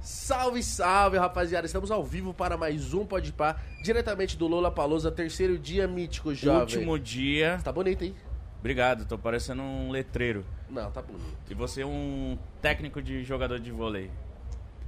Salve, salve, rapaziada. Estamos ao vivo para mais um Pode Pá, diretamente do Lola Palosa, terceiro dia mítico, jovem. Último dia. Tá bonito, hein? Obrigado, tô parecendo um letreiro. Não, tá bonito. E você é um técnico de jogador de vôlei.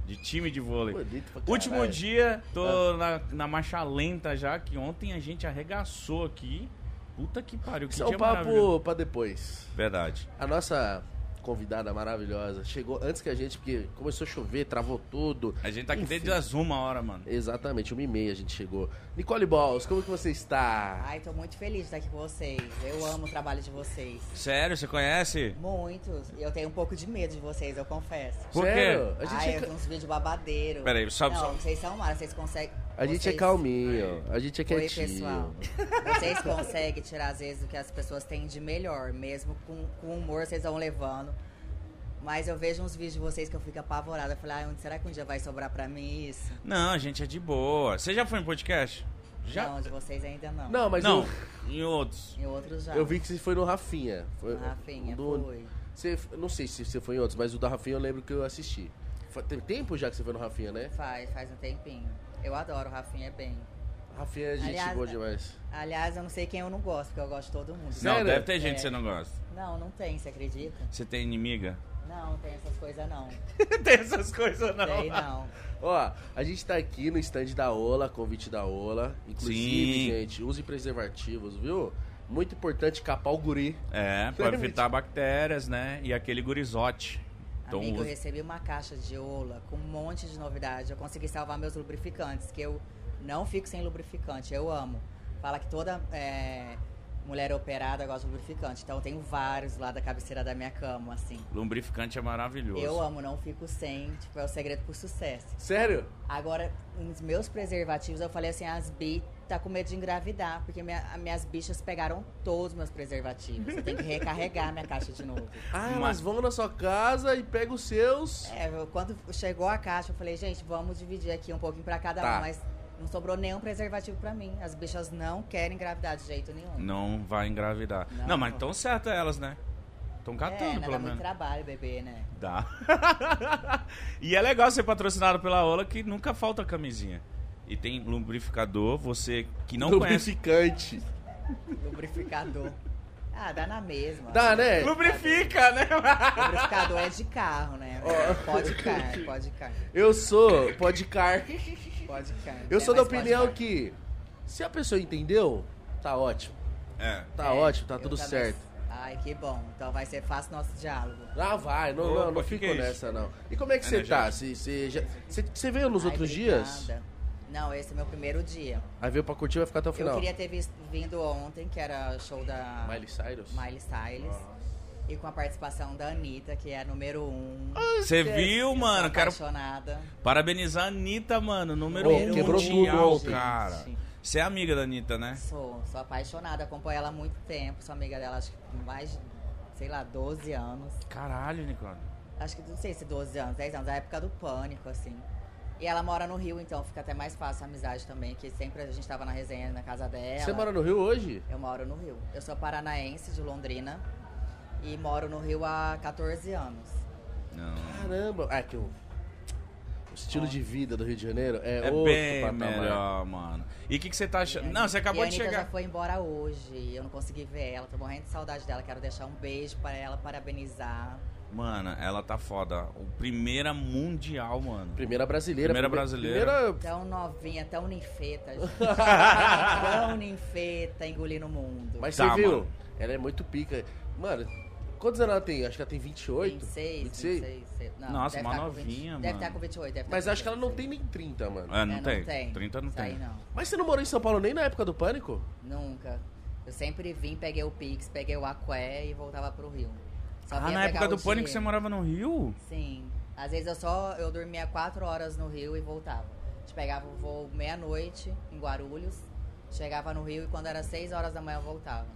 De time de vôlei. Bonito pra caralho. É. Último dia, tô na, na marcha lenta já, que ontem a gente arregaçou aqui. Puta que pariu, que Isso é um dia maravilhoso. papo pra depois. Verdade. A nossa convidada maravilhosa chegou antes que a gente, porque começou a chover, travou tudo. A gente tá aqui Enfim. desde as uma hora, mano. Exatamente, uma e meia a gente chegou. Nicole Balls, como que você está? Ai, tô muito feliz de estar aqui com vocês. Eu amo o trabalho de vocês. Sério, você conhece? Muitos. E eu tenho um pouco de medo de vocês, eu confesso. Por Sério? quê? A gente Ai, é, eu vi ca- uns vídeos babadeiros. Peraí, sobe, Não, sobe. vocês são malas, vocês conseguem... a gente é vocês- calminho, a gente é Oi, quietinho. pessoal. Vocês conseguem tirar, às vezes, o que as pessoas têm de melhor. Mesmo com, com humor, vocês vão levando. Mas eu vejo uns vídeos de vocês que eu fico apavorada. Eu falei, ai, onde será que um dia vai sobrar pra mim isso? Não, a gente é de boa. Você já foi em podcast? Já? Não, de vocês ainda não. Não, mas Não, eu- em outros. E outros já. Eu vi que você foi no Rafinha. Foi No Rafinha, do- foi. Você, eu não sei se você foi em outros, mas o da Rafinha eu lembro que eu assisti. Fa- Tem tempo já que você foi no Rafinha, né? Faz, faz um tempinho. Eu adoro, o Rafinha é bem. Rafinha é gente Aliás, né? boa demais. Aliás, eu não sei quem eu não gosto, porque eu gosto de todo mundo. Não, Sério? deve ter gente É. que você não gosta. Não, não tem, você acredita? Você tem inimiga? Não, não tem essas coisas não. tem essas coisas, não. Tem não. Ó, a gente tá aqui no stand da Ola, convite da Ola. Inclusive, Sim. gente, use preservativos, viu? Muito importante capar o guri. É, pra evitar bactérias, né? E aquele gurizote. Então, Amigo, eu usa- recebi uma caixa de ola com um monte de novidade. Eu consegui salvar meus lubrificantes, que eu não fico sem lubrificante, eu amo. Fala que toda é, mulher operada gosta de lubrificante. Então eu tenho vários lá da cabeceira da minha cama, assim. lumbrificante é maravilhoso. Eu amo, não fico sem. Tipo, é o segredo pro sucesso. Sério? Agora, nos meus preservativos, eu falei assim, as bi tá com medo de engravidar, porque minha- a- minhas bichas pegaram todos os meus preservativos. Eu tenho que recarregar minha caixa de novo. Ah, Mas- elas vão na sua casa e pegam os seus. É, eu- quando chegou a caixa, eu falei, gente, vamos dividir aqui um pouquinho pra cada Tá. um, mas não sobrou nenhum preservativo pra mim. As bichas não querem engravidar de jeito nenhum. Não vai engravidar. Não, Não. mas então certa elas, né? Estão é, catando, mas dá pelo muito menos. trabalho, bebê, né? Dá. e é legal ser patrocinado pela Ola, que nunca falta camisinha. E tem lubrificador, você que não conhece... Lubrificante. Lubrificador. Ah, dá na mesma. Dá, né? Lubrifica, né? Lubrificador é de carro, né? Ó. Pode car, pode car, Eu sou podcar. pode car. Eu É, sou da mas pode opinião car. que se a pessoa entendeu, tá ótimo. é. Tá É, ótimo, tá eu tudo também- certo. Ai, que bom. Então vai ser fácil nosso diálogo. Ah, vai, não, Opa, não, não que fico que é isso? nessa, não. E como é que você tá? Você- Você já- você- você veio nos Ai, outros obrigada. dias? Não, esse é meu primeiro dia. Aí veio pra curtir, vai ficar até o Eu final. queria ter vis- vindo ontem, que era show da Miley Cyrus? Miley Cyrus. E com a participação da Anitta, que é a número um. Você viu, mano? Quero apaixonada. parabenizar a Anitta, mano. Número Ô, um quebrou tudo mundial, ontem. cara. Sim. Você é amiga da Anitta, né? Sou, sou apaixonada, acompanho ela há muito tempo. Sou amiga dela, acho que mais, de, sei lá, 12 anos. Caralho, Nicole. Acho que não sei se 12 anos, 10 anos, a época do pânico, assim. E ela mora no Rio, então fica até mais fácil a amizade também, que sempre a gente tava na resenha na casa dela. Você mora no Rio hoje? Eu moro no Rio. Eu sou paranaense de Londrina e moro no Rio há 14 anos. Não. Caramba. Ah, que o, o estilo de vida do Rio de Janeiro é, É outro bem patamar. melhor, mano. E o que, que você tá achando? E a Não, você Anitta- acabou e a de Anitta chegar. já foi embora hoje, eu não consegui ver ela, tô morrendo de saudade dela, quero deixar um beijo pra ela, parabenizar. Mano, ela tá foda. O primeira mundial, mano. Primeira brasileira. Primeira prime- brasileira. Primeira... Tão novinha, tão ninfeta, gente. tão ninfeta, engolindo o mundo. Mas Tá, você viu? mano. Ela é muito pica. Mano, quantos anos ela tem? Acho que ela tem 28. 26, 26, 26. Não, Nossa, deve uma tá com novinha, Deve mano. estar com 28, deve tá Mas com acho que ela não 26. tem nem 30, mano. É, não, É, tem. 30 não Isso tem. aí não. Mas você não morou em São Paulo nem na época do pânico? Nunca. Eu sempre vim, peguei o Pix, peguei o Aqué e voltava pro Rio. Só Ah, vinha na pegar época o do pânico você dinheiro. morava no Rio? Sim. Às vezes eu só eu dormia quatro horas no Rio e voltava. A gente pegava o voo meia-noite em Guarulhos, chegava no Rio e quando era seis horas da manhã eu voltava.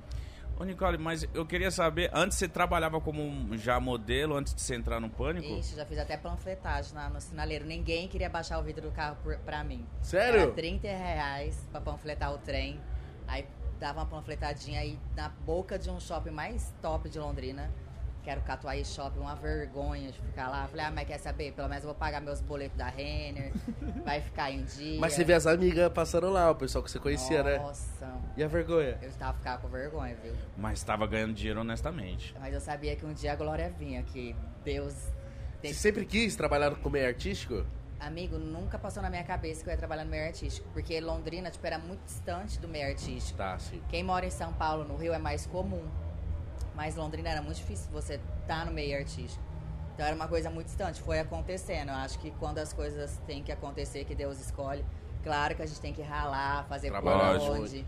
Ô, Nicole, mas eu queria saber, antes você trabalhava como um- já modelo, antes de você entrar no pânico? Ixi, já fiz até panfletagem na- no sinaleiro. Ninguém queria baixar o vidro do carro por, pra mim. Sério? Era 30 reais pra panfletar o trem. Aí dava uma panfletadinha aí na boca de um shopping mais top de Londrina. Quero Catuai Shopping, uma vergonha de ficar lá. Falei, ah, mas quer saber? Pelo menos eu vou pagar meus boletos da Renner, vai ficar em dia. Mas você vê as amigas passando lá, o pessoal que você conhecia, né? Nossa, E a vergonha? eu tava ficando com vergonha, viu? Mas tava ganhando dinheiro honestamente. Mas eu sabia que um dia a Glória vinha, que Deus... Você sempre quis trabalhar com meio artístico? Amigo, nunca passou na minha cabeça que eu ia trabalhar no meio artístico, porque Londrina, tipo, era muito distante do meio artístico. Tá, sim. Quem mora em São Paulo, no Rio, é mais comum. Mas Londrina era muito difícil você estar no meio artístico. Então era uma coisa muito distante, foi acontecendo. Eu acho que quando as coisas têm que acontecer, que Deus escolhe, claro que a gente tem que ralar, fazer por Trabalhar onde.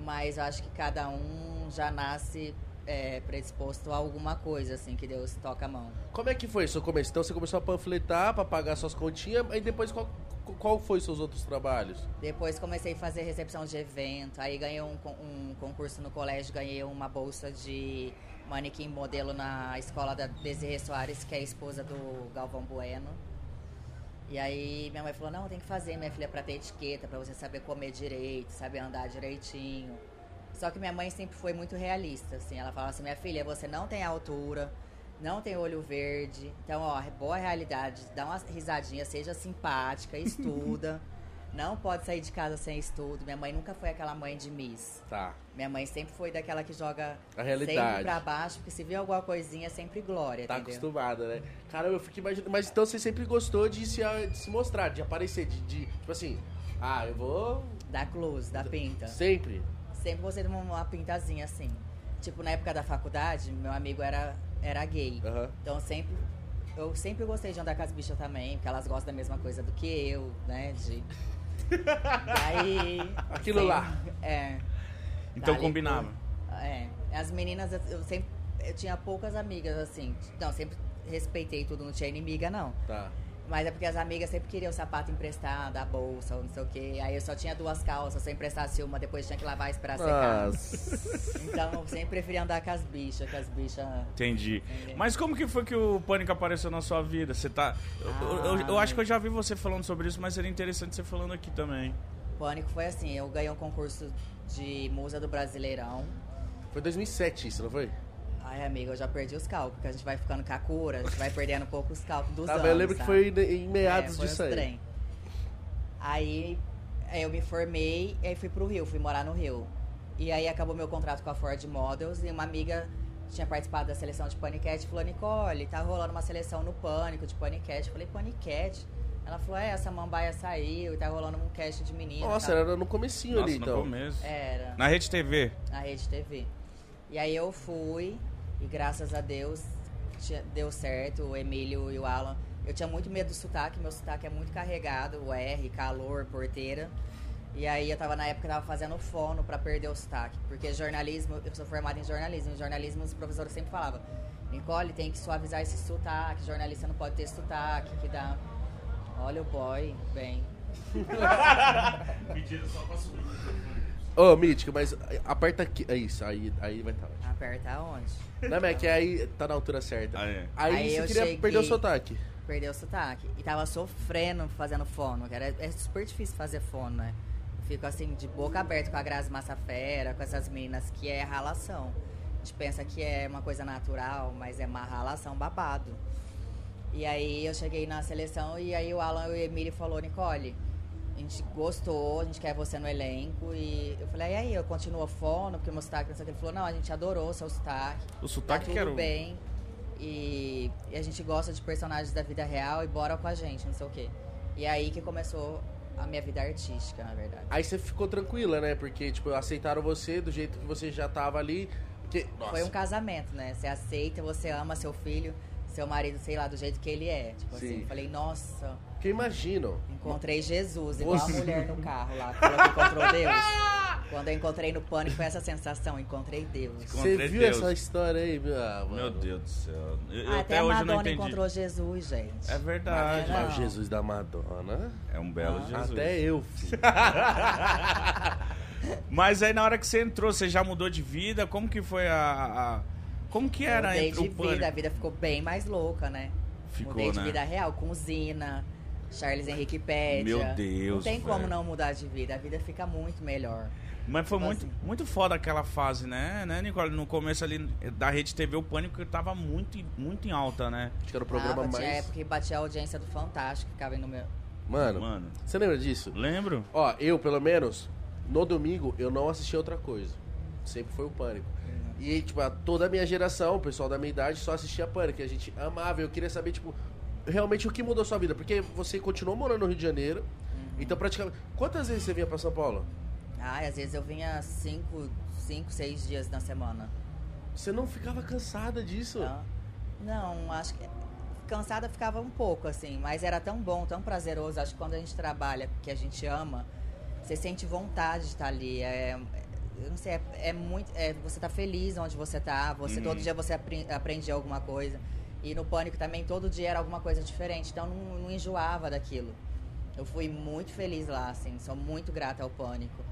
Mas eu acho que cada um já nasce é, predisposto a alguma coisa, assim, que Deus toca a mão. Como é que foi seu começo? Então você começou a panfletar pra pagar suas continhas, aí depois qual, qual foi seus outros trabalhos? Depois comecei a fazer recepção de evento, aí ganhei um, con- um concurso no colégio, ganhei uma bolsa de manequim modelo na escola da Desirê Soares, que é a esposa do Galvão Bueno. E aí minha mãe falou, não, tem que fazer, minha filha, é pra ter etiqueta, pra você saber comer direito, saber andar direitinho. Só que minha mãe sempre foi muito realista, assim. Ela falava assim, minha filha, você não tem altura, não tem olho verde. Então, ó, boa realidade, dá uma risadinha, seja simpática, estuda. não pode sair de casa sem estudo. Minha mãe nunca foi aquela mãe de Miss. Tá. Minha mãe sempre foi daquela que joga A sempre realidade. pra baixo, porque se viu alguma coisinha, é sempre glória, Tá entendeu? acostumada, né? Caramba, eu fico imaginando. Mas então você sempre gostou de se, de se mostrar, de aparecer, de, de- Tipo assim, ah, eu vou. Da close, da pinta. Sempre. Sempre gostei de uma, uma pintazinha assim. Tipo, na época da faculdade, meu amigo era, era gay. Aham. Então sempre. Eu sempre gostei de andar com as bichas também, porque elas gostam da mesma coisa do que eu, né? De. Aí. Aquilo lá. É. Então Dali combinava. por- É. As meninas, eu sempre. Eu tinha poucas amigas, assim. Não, sempre respeitei tudo, não tinha inimiga, não. Tá. Mas é porque as amigas sempre queriam o sapato emprestado, a bolsa, ou não sei o quê. Aí eu só tinha duas calças, se eu emprestasse uma, depois tinha que lavar e esperar secar. Então eu sempre preferia andar com as bichas, que as bichas. né. Entendi. Entendi. Mas como que foi que o pânico apareceu na sua vida? Você tá. eu- eu- eu- Ah. eu acho que eu já vi você falando sobre isso, mas seria interessante você falando aqui também. Pânico foi assim, eu ganhei um concurso de musa do Brasileirão. Foi 2007 isso, não foi? Ai, amiga, eu já perdi os cálculos, porque a gente vai ficando com a cura, a gente vai perdendo um pouco os cálculos dos tá, anos. mas eu lembro que sabe? foi em em meados É, foi disso uns aí. trem. Aí é, eu me formei e aí fui pro Rio, fui morar no Rio. E aí acabou meu contrato com a Ford Models e uma amiga tinha participado da seleção de Panicat falou, Nicole, tá rolando uma seleção no Pânico de Panicat. Eu falei, Panicat? Ela falou, é, essa mambaia saiu e tá rolando um cast de menina. Nossa, tá... era no comecinho Nossa, ali, no então. começo. Era Na Rede TV. na Rede TV. E aí eu fui, e graças a Deus tinha- deu certo, o Emílio e o Alan. Eu tinha muito medo do sotaque, meu sotaque é muito carregado, o R, calor, porteira. E aí eu tava na época tava fazendo fono pra perder o sotaque, porque jornalismo, eu sou formada em jornalismo, em jornalismo os professores sempre falavam: "Nicole, tem que suavizar esse sotaque, jornalista não pode ter sotaque, que dá Olha o boy, bem. Ô, Mítico, mas aperta aqui. É isso, aí, aí vai estar. Aperta onde? Não, mas é que aí tá na altura certa. Ah, é. Aí, Aí você eu queria cheguei. perder o sotaque. Perdeu o sotaque. E tava sofrendo fazendo fono, que era, é super difícil fazer fono, né? Eu Fico assim, de boca aberta com a Grazi Massafera, com essas meninas, que é ralação. A gente pensa que é uma coisa natural, mas é uma ralação babado. E aí eu cheguei na seleção e aí o Alan e o Emílio falou, Nicole, a gente gostou, a gente quer você no elenco. E eu falei, e aí, eu continuo fono, porque o meu sotaque, não sei o que. Ele falou, não, a gente adorou o seu sotaque O tá sotaque que um. era tudo o- bem. E, e a gente gosta de personagens da vida real e bora com a gente, não sei o quê. E é aí que começou a minha vida artística, na verdade. Aí você ficou tranquila, né? Porque, tipo, aceitaram você do jeito que você já tava ali. Porque, nossa, Foi um casamento, né? Você aceita, você ama seu filho, seu marido, sei lá, do jeito que ele é. Tipo Sim. assim, falei, nossa, porque eu imagino. encontrei Jesus, igual Você- a mulher no carro lá, que falou que encontrou Deus. Quando eu encontrei no pânico, foi essa sensação, encontrei Deus. Você Encontrei viu Deus. essa história aí, meu? Ah, Meu mano. Deus do céu. Eu, eu Ah, até, até a hoje não Madonna entendi. encontrou Jesus, gente. É verdade. Não. Mas o Jesus da Madonna. É um Ah, belo Jesus. Até eu, filho. Mas aí na hora que você entrou, você já mudou de vida? Como que foi a. a- Como que era Mudei entre de o pânico? vida, a vida ficou bem mais louca, né? Ficou, Mudei de né? vida real, com Zina, Charles Henrique Pédia. Meu Deus, Não tem como velho. não mudar de vida, a vida fica muito melhor. Mas foi Tipo muito, assim. muito foda aquela fase, né, né, Nicole? No começo ali da Rede TV, o pânico tava muito, muito em alta, né? Acho que era o programa Tava, mais. Ah, Tinha época que batia a audiência do Fantástico, ficava indo meu. Mano, Mano. você lembra disso? Lembro? Ó, eu, pelo menos, no domingo, eu não assisti outra coisa. Sempre foi o Pânico. E aí, tipo, a- toda a minha geração, o pessoal da minha idade, só assistia Pânico. E a gente amava. Eu queria saber, tipo, realmente o que mudou sua vida. Porque você continuou morando no Rio de Janeiro. Uhum. Então, praticamente... Quantas vezes você vinha pra São Paulo? Ai, às vezes eu vinha cinco, cinco, seis dias na semana. Você não ficava cansada disso? Ah. Tá? Não, acho que. Cansada ficava um pouco, assim, mas era tão bom, tão prazeroso. Acho que quando a gente trabalha, que a gente ama, você sente vontade de estar ali. É, eu não sei, é, é muito. é, você tá feliz onde você tá, você, todo dia você apre- aprende alguma coisa. E no pânico também, todo dia era alguma coisa diferente, então não, não enjoava daquilo. Eu fui muito feliz lá, assim, sou muito grata ao pânico.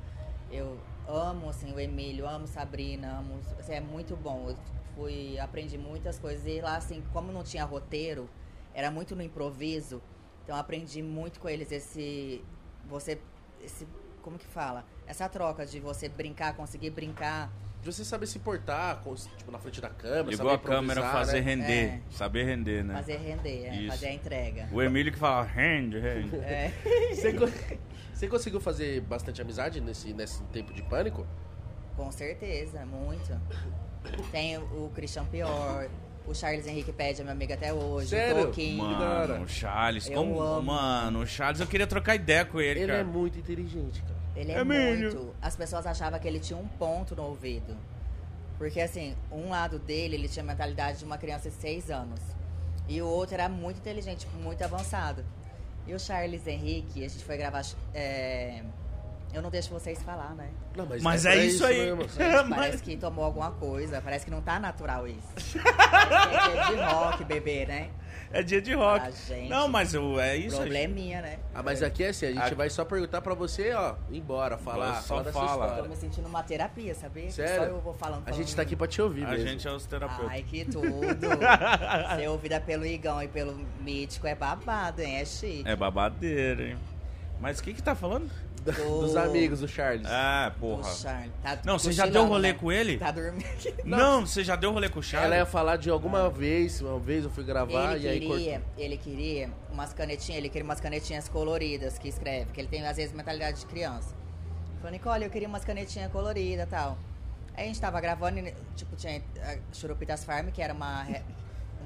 Eu amo, assim, o Emílio, amo Sabrina, amo. assim, é muito bom. Eu fui, aprendi muitas coisas. E lá, assim, como não tinha roteiro, era muito no improviso. Então aprendi muito com eles esse. Você. Esse, como que fala? Essa troca de você brincar, conseguir brincar. De você saber se portar, com- tipo, na frente da câmera, Ligou a saber câmera improvisar, fazer né? render. É. Saber render, né? Fazer render, é, Isso. fazer a entrega. O Emílio que fala, rende, rende. É. Você, co- você conseguiu fazer bastante amizade nesse, nesse tempo de Pânico? Com certeza, muito. Tem o Christian Pior, o Charles Henrique Pede é meu amigo até hoje, Sério? o Toquinho. Que da hora. Mano, o Charles, Eu como. amo. Mano, o Charles, eu queria trocar ideia com ele, Ele cara. é muito inteligente, cara. Ele é, É milho. muito. As pessoas achavam que ele tinha um ponto no ouvido. Porque, assim, um lado dele, ele tinha a mentalidade de uma criança de seis anos. E o outro era muito inteligente, tipo, muito avançado. E o Charles Henrique, a gente foi gravar. é, Eu não deixo vocês falar, né? Não, Mas pra é isso aí. mesmo. assim. Gente, Mas- parece que tomou alguma coisa. Parece que não tá natural isso. Parece que é de rock, bebê, né? É dia de rock. Ah, gente. Não, mas eu, é isso. Probleminha, né? Ah, mas aqui é assim, a gente Ah. vai só perguntar pra você, ó, ir embora, falar, falar Só da sua fala. história. Tô me sentindo uma terapia, sabia? Que Sério? Só eu vou falando, A gente falando. tá aqui pra te ouvir A mesmo. gente é os terapeutas. Ai, que tudo. Ser ouvida pelo Igão e pelo Mítico é babado, hein? É chique. É babadeira, hein? Mas o que que tá falando? Do- Dos amigos, do Charles. Ah, O porra. Charles. Tá Não, você já cochilando, deu um rolê né? com ele? Tá dormindo. Não, você já deu rolê com o Charles? Ela é ia falar de alguma vez, uma vez eu fui gravar Ah. Ele e aí queria, ele queria umas canetinhas, ele queria umas canetinhas coloridas que escreve, que ele tem às vezes mentalidade de criança. Falou, Nicole, eu queria umas canetinhas coloridas e tal. Aí a gente tava gravando, e, tipo, tinha a Churupitas Farm, que era uma, re-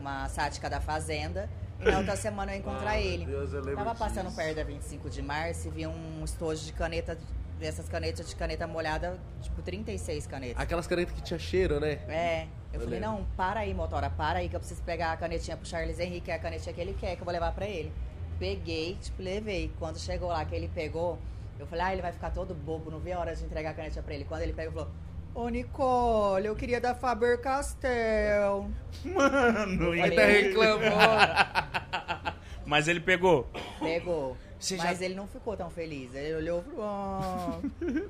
uma sática da Fazenda. E na outra semana eu ia encontrar Ah, meu ele. Deus, eu lembro tava passando disso. perto da 25 de março e vi um estojo de caneta, dessas canetas de caneta molhada, tipo 36 canetas. Aquelas canetas que tinha cheiro, né? É. Eu Eu falei, lembro. não, para aí, motora, para aí que eu preciso pegar a canetinha pro Charles Henrique, que é a canetinha que ele quer, que eu vou levar pra ele. Peguei, tipo, levei. Quando chegou lá que ele pegou, eu falei, ah, ele vai ficar todo bobo, não vi a hora de entregar a canetinha pra ele. Quando ele pegou, falou, ô Nicole, eu queria da Faber Castell. Mano, Olha Ainda ainda... aí. reclamou. mas ele pegou. Pegou. Você já- Mas ele não ficou tão feliz. Ele olhou pro. "Ah."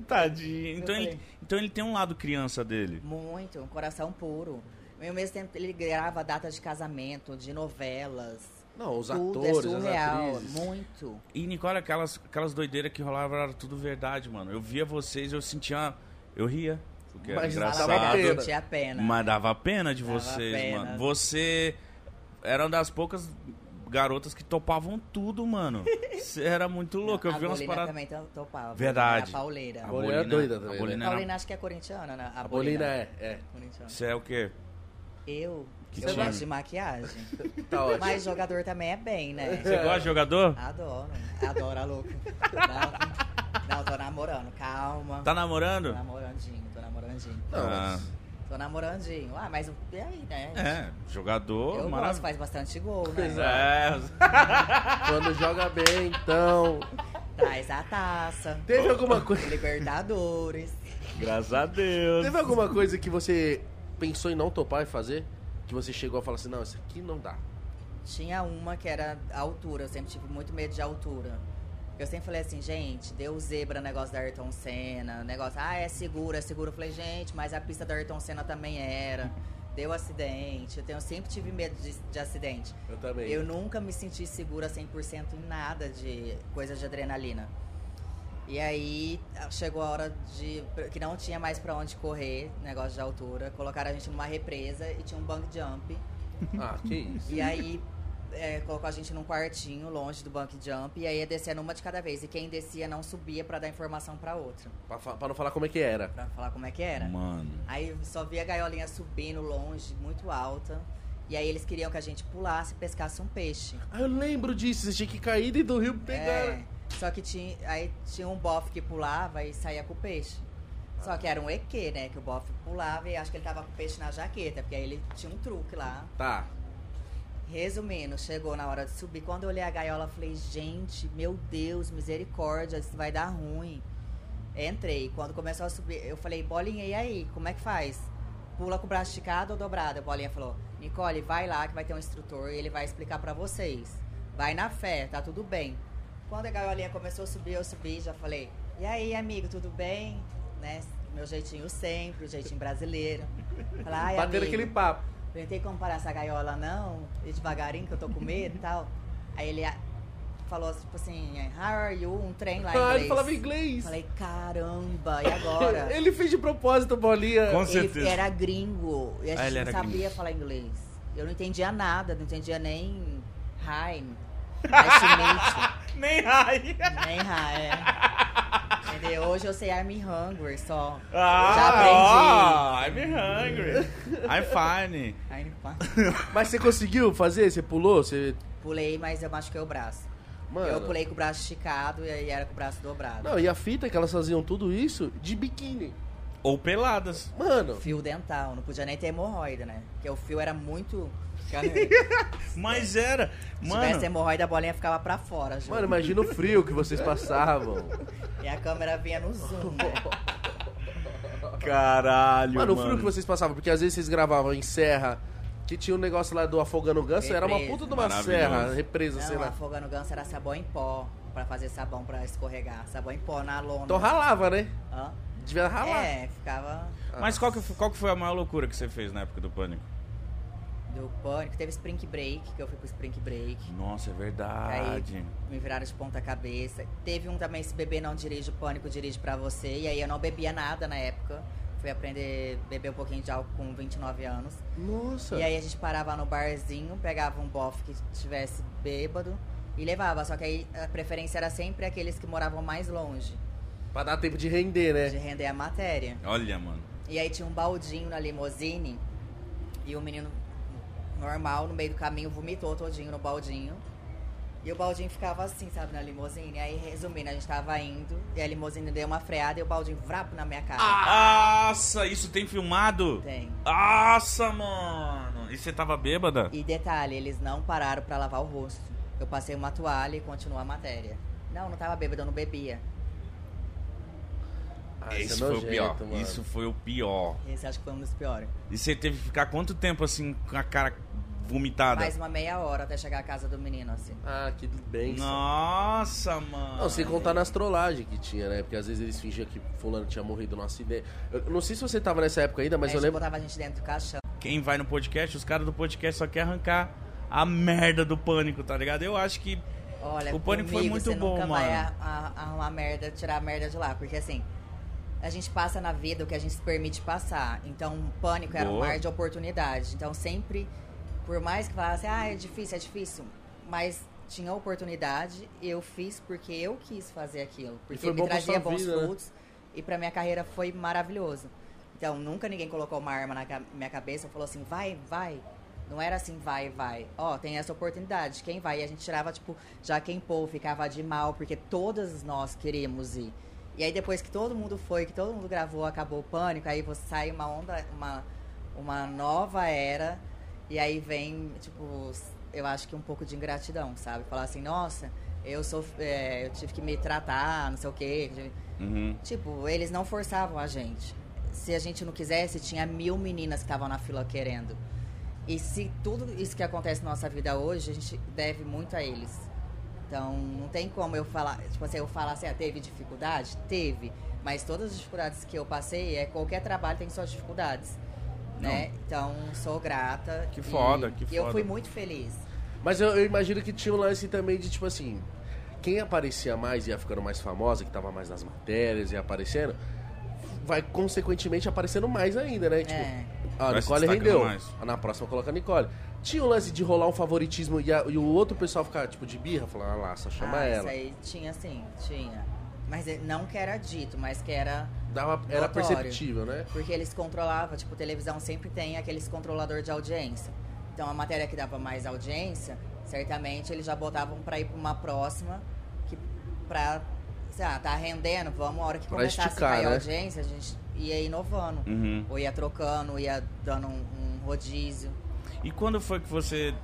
Tadinho. Então Eu ele, falei. então ele tem um lado criança dele. Muito, um coração puro. E ao mesmo tempo ele grava data de casamento, de novelas. Não, os Tudo atores, é as surreal. atrizes. Muito. E, Nicole, aquelas, aquelas doideiras que rolavam era tudo verdade, mano. Eu via vocês, eu sentia... Eu ria. Porque era Mas dava engraçado. Dava pena. Tinha a pena. Mas dava pena de Dava vocês, pena. mano. Você era uma das poucas garotas que topavam tudo, mano. Você era muito louco. Eu a vi umas Bolina paradas. também to- topava. Verdade. A Pauleira. A A Bolina Bolina, é doida também, a né? Bolina era- acho que é corintiana, né? A Bolina é, é. Corintiana. Você é o quê? Eu, Que eu time? gosto de maquiagem. Tá ótimo. Mas jogador também é bem, né? Você gosta de jogador? Adoro. Adoro a louca. Não, não, tô namorando. Calma. Tá namorando? Tô namorandinho, tô namorandinho. Não, Ah. mas... Tô namorandinho. Ah, mas e aí, né? É, jogador Eu gosto, maravilhoso. faz bastante gol, né? Exato. É, Quando joga bem, então... Traz a taça. Teve alguma coisa... Libertadores. graças a Deus. Teve alguma coisa que você pensou em não topar e fazer? Que você chegou a falar assim, não, isso aqui não dá. Tinha uma que era a altura, eu sempre tive muito medo de altura. Eu sempre falei assim, gente, deu zebra negócio da Ayrton Senna, negócio, ah, é seguro, é seguro. Eu falei, gente, mas a pista da Ayrton Senna também era. Deu acidente, eu, tenho, eu sempre tive medo de, de acidente. Eu também. Eu nunca me senti segura 100% em nada de coisa de adrenalina. E aí ah, chegou a hora de que não tinha mais pra onde correr, negócio de altura. Colocaram a gente numa represa e tinha um bank jump. Ah, que isso. E aí é, colocou a gente num quartinho longe do bank jump e aí ia descendo uma de cada vez. E quem descia não subia pra dar informação pra outra, Pra, fa- pra não falar como é que era. Pra falar como é que era. Mano. Aí só via a gaiolinha subindo longe, muito alta. E aí eles queriam que a gente pulasse e pescasse um peixe. Ah, eu lembro disso. Vocês tinham que cair dentro do rio e pegar. É, só que tinha, aí tinha um bofe que pulava e saía com o peixe. Só que era um EQ, né? Que o bofe pulava e acho que ele tava com o peixe na jaqueta, porque aí ele tinha um truque lá. Tá. Resumindo, chegou na hora de subir. Quando eu olhei a gaiola, eu falei, gente, meu Deus, misericórdia, isso vai dar ruim. Entrei. Quando começou a subir, eu falei, bolinha, e aí? Como é que faz? Pula com o braço esticado ou dobrado? A bolinha falou, Nicole, vai lá que vai ter um instrutor e ele vai explicar pra vocês. Vai na fé, tá tudo bem. Quando a gaiolinha começou a subir, eu subi, já falei, e aí, amigo, tudo bem? Né? Meu jeitinho sempre, o jeitinho brasileiro. Falei, "Ai, Bateram amigo." aquele papo. Eu não tem como parar essa gaiola, não? E devagarinho, que eu tô com medo e tal. Aí ele ah, falou, tipo assim, é, how are you? Um trem lá em Ah, inglês. ele falava inglês. Falei, caramba, e agora? Ele fez de propósito, bolinha. Com ele certeza. era gringo. E a Ah, gente ele não era sabia gringo. falar inglês. Eu não entendia nada, não entendia nem hi, nice Nem raia. to meet you, nem hi, é. Entendeu? Hoje eu sei I'm hungry só. Ah, ó, I'm hungry. I'm fine. Aí, pá, Mas você conseguiu fazer? Você pulou? Você. Pulei, mas eu machuquei o braço. Mano. Eu pulei com o braço esticado e aí era com o braço dobrado. Não, e a fita é que elas faziam tudo isso de biquíni. Ou peladas. Mano. Fio dental, não podia nem ter hemorroida, né? Porque o fio era muito. Mas era. Se tivesse Mano, hemorroida, a bolinha ficava pra fora, Ju. Mano, imagina o frio que vocês passavam. E a câmera vinha no zoom. né? caralho. Mano, o frio que vocês passavam, porque às vezes vocês gravavam em serra, que tinha um negócio lá do afogando ganso, era uma Represa. puta de uma Maravilhoso. serra, represa, sei Não, lá. afogando ganso era sabão em pó. Pra fazer sabão pra escorregar. Sabão em pó na lona. Então ralava, né? Hã? Devia ralar. É, ficava Mas qual que, qual que foi a maior loucura que você fez na época do pânico? do pânico. Teve spring break, que eu fui pro spring break. Nossa, é Aí verdade. me viraram de ponta cabeça. Teve um também, se beber não dirige, o pânico dirige pra você. E aí eu não bebia nada na época. Fui aprender a beber um pouquinho de álcool com 29 anos. Nossa. E aí a gente parava no barzinho, pegava um bofe que tivesse bêbado e levava. Só que aí a preferência era sempre aqueles que moravam mais longe, Pra dar tempo de render, de né? render a matéria. Olha, mano. E aí tinha um baldinho na limusine e o menino normal, no meio do caminho, vomitou todinho no baldinho. E o baldinho ficava assim, sabe, na limusine. Aí, resumindo, a gente tava indo e a limusine deu uma freada e o baldinho vrapo na minha cara. Ah. Nossa, isso tem filmado? Tem. Nossa, mano. E você tava bêbada? E detalhe, eles não pararam pra lavar o rosto. Eu passei uma toalha e continuou a matéria. Não, não tava bêbado, eu não bebia. Ah, Esse isso é foi o nojento, pior. mano. Isso foi o pior. Esse acho que foi um dos piores. E você teve que ficar quanto tempo assim com a cara vomitada? Mais uma meia hora até chegar à casa do menino, assim. Ah, que bênção. Nossa, mano. Não, sem contar nas trollagens que tinha, né? Porque às vezes eles fingiam que fulano tinha morrido num acidente. Eu não sei se você tava nessa época ainda, mas Aí eu lembro. botava a gente dentro do caixão. Quem vai no podcast, os caras do podcast só quer arrancar a merda do pânico, tá ligado? Eu acho que. Olha, O pânico foi comigo, muito você bom, nunca vai mano. a- a- arrumar merda, tirar a merda de lá. Porque assim, a gente passa na vida o que a gente se permite passar. Então, o pânico era um Boa. mar de oportunidade. Então, sempre, por mais que falasse, ah, é difícil, é difícil. Mas tinha oportunidade, eu fiz porque eu quis fazer aquilo. Porque foi me bom pra trazia sua bons vida, né? frutos. E pra minha carreira foi maravilhoso. Então, nunca ninguém colocou uma arma na ca- minha cabeça e falou assim, vai, vai. Não era assim, vai, vai. Ó, tem essa oportunidade, quem vai? E a gente tirava, tipo, já quem pô, ficava de mal, porque todas nós queríamos ir. E aí, depois que todo mundo foi, que todo mundo gravou, acabou o pânico, aí você sai uma onda, uma, uma nova era, e aí vem, tipo, eu acho que um pouco de ingratidão, sabe? Falar assim, nossa, eu sou, é, eu tive que me tratar, não sei o quê. Uhum. Tipo, eles não forçavam a gente. Se a gente não quisesse, tinha mil meninas que estavam na fila querendo. E se tudo isso que acontece na nossa vida hoje, a gente deve muito a eles. Então, não tem como eu falar, tipo assim, eu falar assim, ah, teve dificuldade? Teve. Mas todas as dificuldades que eu passei, é qualquer trabalho tem suas dificuldades. Né? Então, sou grata. Que e- foda, que E eu foda. fui muito feliz. Mas eu, eu imagino que tinha um lance também de tipo assim. quem aparecia mais ia ficando mais famosa, que tava mais nas matérias, ia aparecendo, vai consequentemente aparecendo mais ainda, né? Tipo, É. a Vai se Nicole destacando rendeu. Ah, mais. Na próxima coloca a Nicole. Tinha o lance de rolar um favoritismo e, a- e o outro pessoal ficar, tipo, de birra, falando, ah lá, só chama ah, ela. Isso aí tinha sim, tinha. Mas eh, não que era dito, mas que era. Dava, era Notório. perceptível, né? Porque eles controlavam, tipo, televisão sempre tem aqueles controlador de audiência. Então a matéria que dava mais audiência, certamente eles já botavam pra ir pra uma próxima, que pra. Sei lá, tá rendendo, vamos, a hora que Pra começasse esticar, a cair né? a audiência, a gente ia inovando. Uhum. Ou ia trocando, ia dando um, um rodízio. E quando foi que você.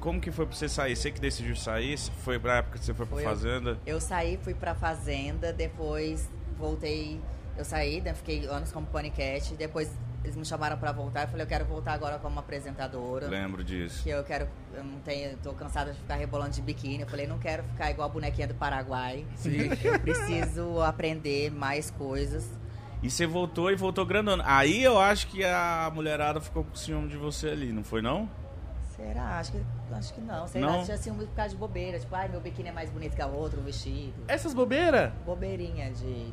Como que foi pra você sair? Você que decidiu sair? Foi pra época que você foi pra Foi eu. fazenda? Eu saí, fui pra fazenda, depois voltei. Eu saí, né, fiquei anos como paniquete. Depois eles me chamaram pra voltar. Eu falei, eu quero voltar agora como apresentadora. Lembro disso. Que eu quero. Eu não tenho. eu Tô cansada de ficar rebolando de biquíni. Eu falei, não quero ficar igual a bonequinha do Paraguai. Sim. Eu preciso aprender mais coisas. E você voltou e voltou grandona. Aí eu acho que a mulherada ficou com ciúme de você ali, não foi não? Será? Acho que, acho que não. Sei Não? lá, tinha assim, um ficar de bobeira. Tipo, ai, meu biquíni é mais bonito que a outra, o vestido. Essas bobeiras? Bobeirinha de.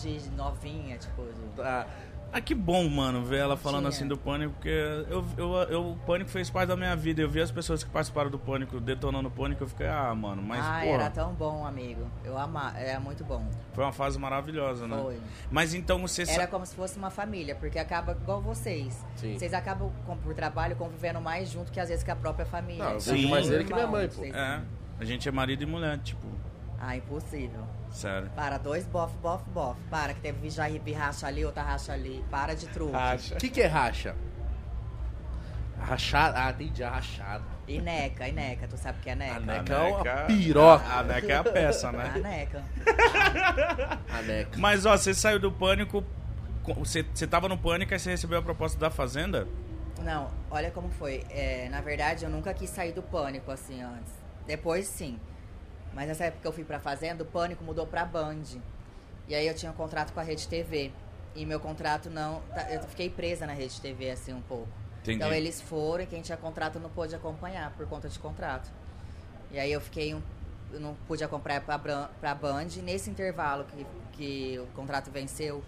de novinha, tipo. de- Tá. Ah, que bom, mano, ver ela falando Tinha. assim do pânico, porque eu, eu, eu- o pânico fez parte da minha vida. Eu vi as pessoas que participaram do pânico detonando o pânico, eu fiquei, ah, mano, mas ah, porra, era tão bom, amigo. Eu amava, era muito bom. foi uma fase maravilhosa, né? Foi. Mas então você Era sabe. como se fosse uma família, porque acaba igual vocês. Sim. Vocês acabam com- por trabalho convivendo mais junto que às vezes que a própria família. Não, eu Então, vejo mais como ele que minha irmão, mãe, pô. vocês- É, a gente é marido e mulher, tipo, Ah, impossível. sério. Para, dois bof, bof, bof. Para, que teve jarribe racha ali, outra racha ali. Para de truque. O que, que é racha? Rachada? Ah, entendi, a rachada. E neca, e neca. Tu sabe o que é A neca? neca é uma neca- piroca. A Neca é a peça, né? A neca. A neca. Mas ó, você saiu do pânico. com- Você, você tava no pânico e você recebeu a proposta da Fazenda? Não, olha como foi. É, na verdade, eu nunca quis sair do pânico assim antes. Depois, sim. Mas nessa época que eu fui pra Fazenda, o pânico mudou pra Band. E aí eu tinha um contrato com a Rede TV. E meu contrato não. tá- Eu fiquei presa na Rede TV assim um pouco. Entendi. Então eles foram e quem tinha contrato não pôde acompanhar por conta de contrato. E aí eu fiquei um. Eu não pude acompanhar pra, Bran- pra Band. E nesse intervalo que, que o contrato venceu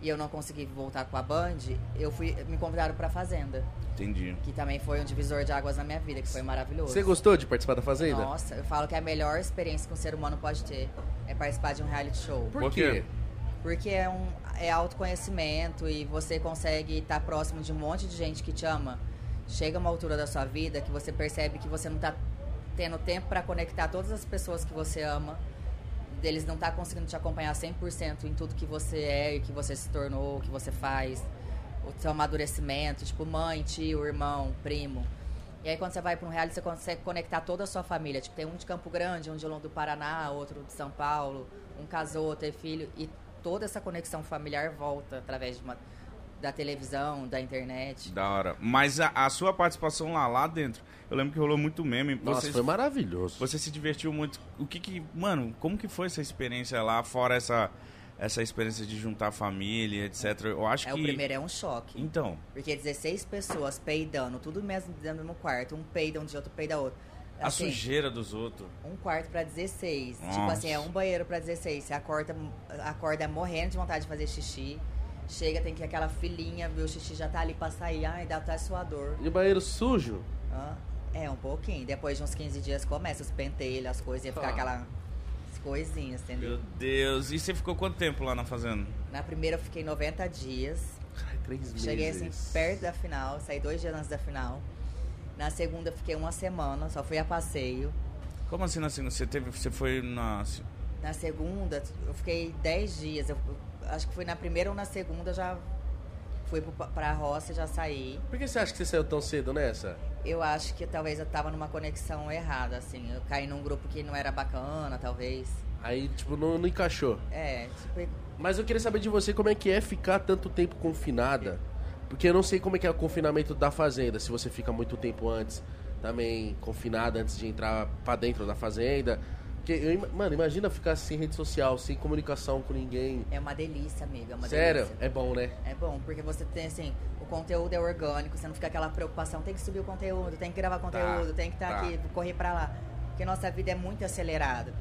e eu não consegui voltar com a Band, eu fui. Me convidaram pra Fazenda. Entendi. Que também foi um divisor de águas na minha vida, que foi maravilhoso. Você gostou de participar da Fazenda? Nossa, eu falo que é a melhor experiência que um ser humano pode ter é participar de um reality show. Por, Por quê? quê? Porque é, um, é autoconhecimento e você consegue estar próximo de um monte de gente que te ama. Chega uma altura da sua vida que você percebe que você não tá tendo tempo para conectar todas as pessoas que você ama. Eles não tá conseguindo te acompanhar 100% em tudo que você é e que você se tornou, que você faz. O seu amadurecimento, tipo mãe, tio, irmão, primo. E aí quando você vai para um reality, você consegue conectar toda a sua família. Tipo, tem um de Campo Grande, um de Londrina do Paraná, outro de São Paulo, um casou, teve filho. E toda essa conexão familiar volta através de uma- da televisão, da internet. Da hora. Mas a, a sua participação lá, lá dentro, eu lembro que rolou muito meme. Nossa, Vocês- foi maravilhoso. Você se divertiu muito. O que que. Mano, como que foi essa experiência lá, fora essa, essa experiência de juntar família, etc. Eu acho É, que. o primeiro é um choque. Então. Porque 16 pessoas peidando, tudo mesmo dentro no quarto. Um peida um de outro, peida outro. A Assim, sujeira dos outros. Um quarto pra 16. Tipo Nossa. assim, é um banheiro pra 16. Você acorda, acorda morrendo de vontade de fazer xixi. Chega, tem que aquela filinha, viu? O xixi já tá ali pra sair. Ai, dá até suador. E o banheiro sujo? Hã? É, um pouquinho. Depois de uns 15 dias começa os pentelhos, as coisas, ia ficar Ah. aquela as coisinhas, entendeu? Meu Deus. E você ficou quanto tempo lá na fazenda? Na primeira eu fiquei 90 dias. Ai, três meses. Cheguei assim, perto da final, saí dois dias antes da final. Na segunda eu fiquei uma semana, só fui a passeio. Como assim, assim você teve. Você foi na. Na segunda, eu fiquei 10 dias. Eu, eu acho que foi na primeira ou na segunda eu já fui pro, pra roça e já saí. Por que você acha que você saiu tão cedo nessa? Eu acho que talvez eu tava numa conexão errada, assim. Eu caí num grupo que não era bacana, talvez. Aí, tipo, não, não encaixou. É, tipo, Mas eu queria saber de você como é que é ficar tanto tempo confinada. Porque eu não sei como é que é o confinamento da fazenda, se você fica muito tempo antes, também confinada antes de entrar pra dentro da fazenda. Porque, eu ima- mano, imagina ficar sem rede social, sem comunicação com ninguém. é uma delícia, amiga. É uma Sério, delícia. é bom, né? É bom, porque você tem assim, o conteúdo é orgânico, você não fica aquela preocupação, tem que subir o conteúdo, tem que gravar conteúdo, tem que estar tá. aqui, correr pra lá. Porque nossa vida é muito acelerada.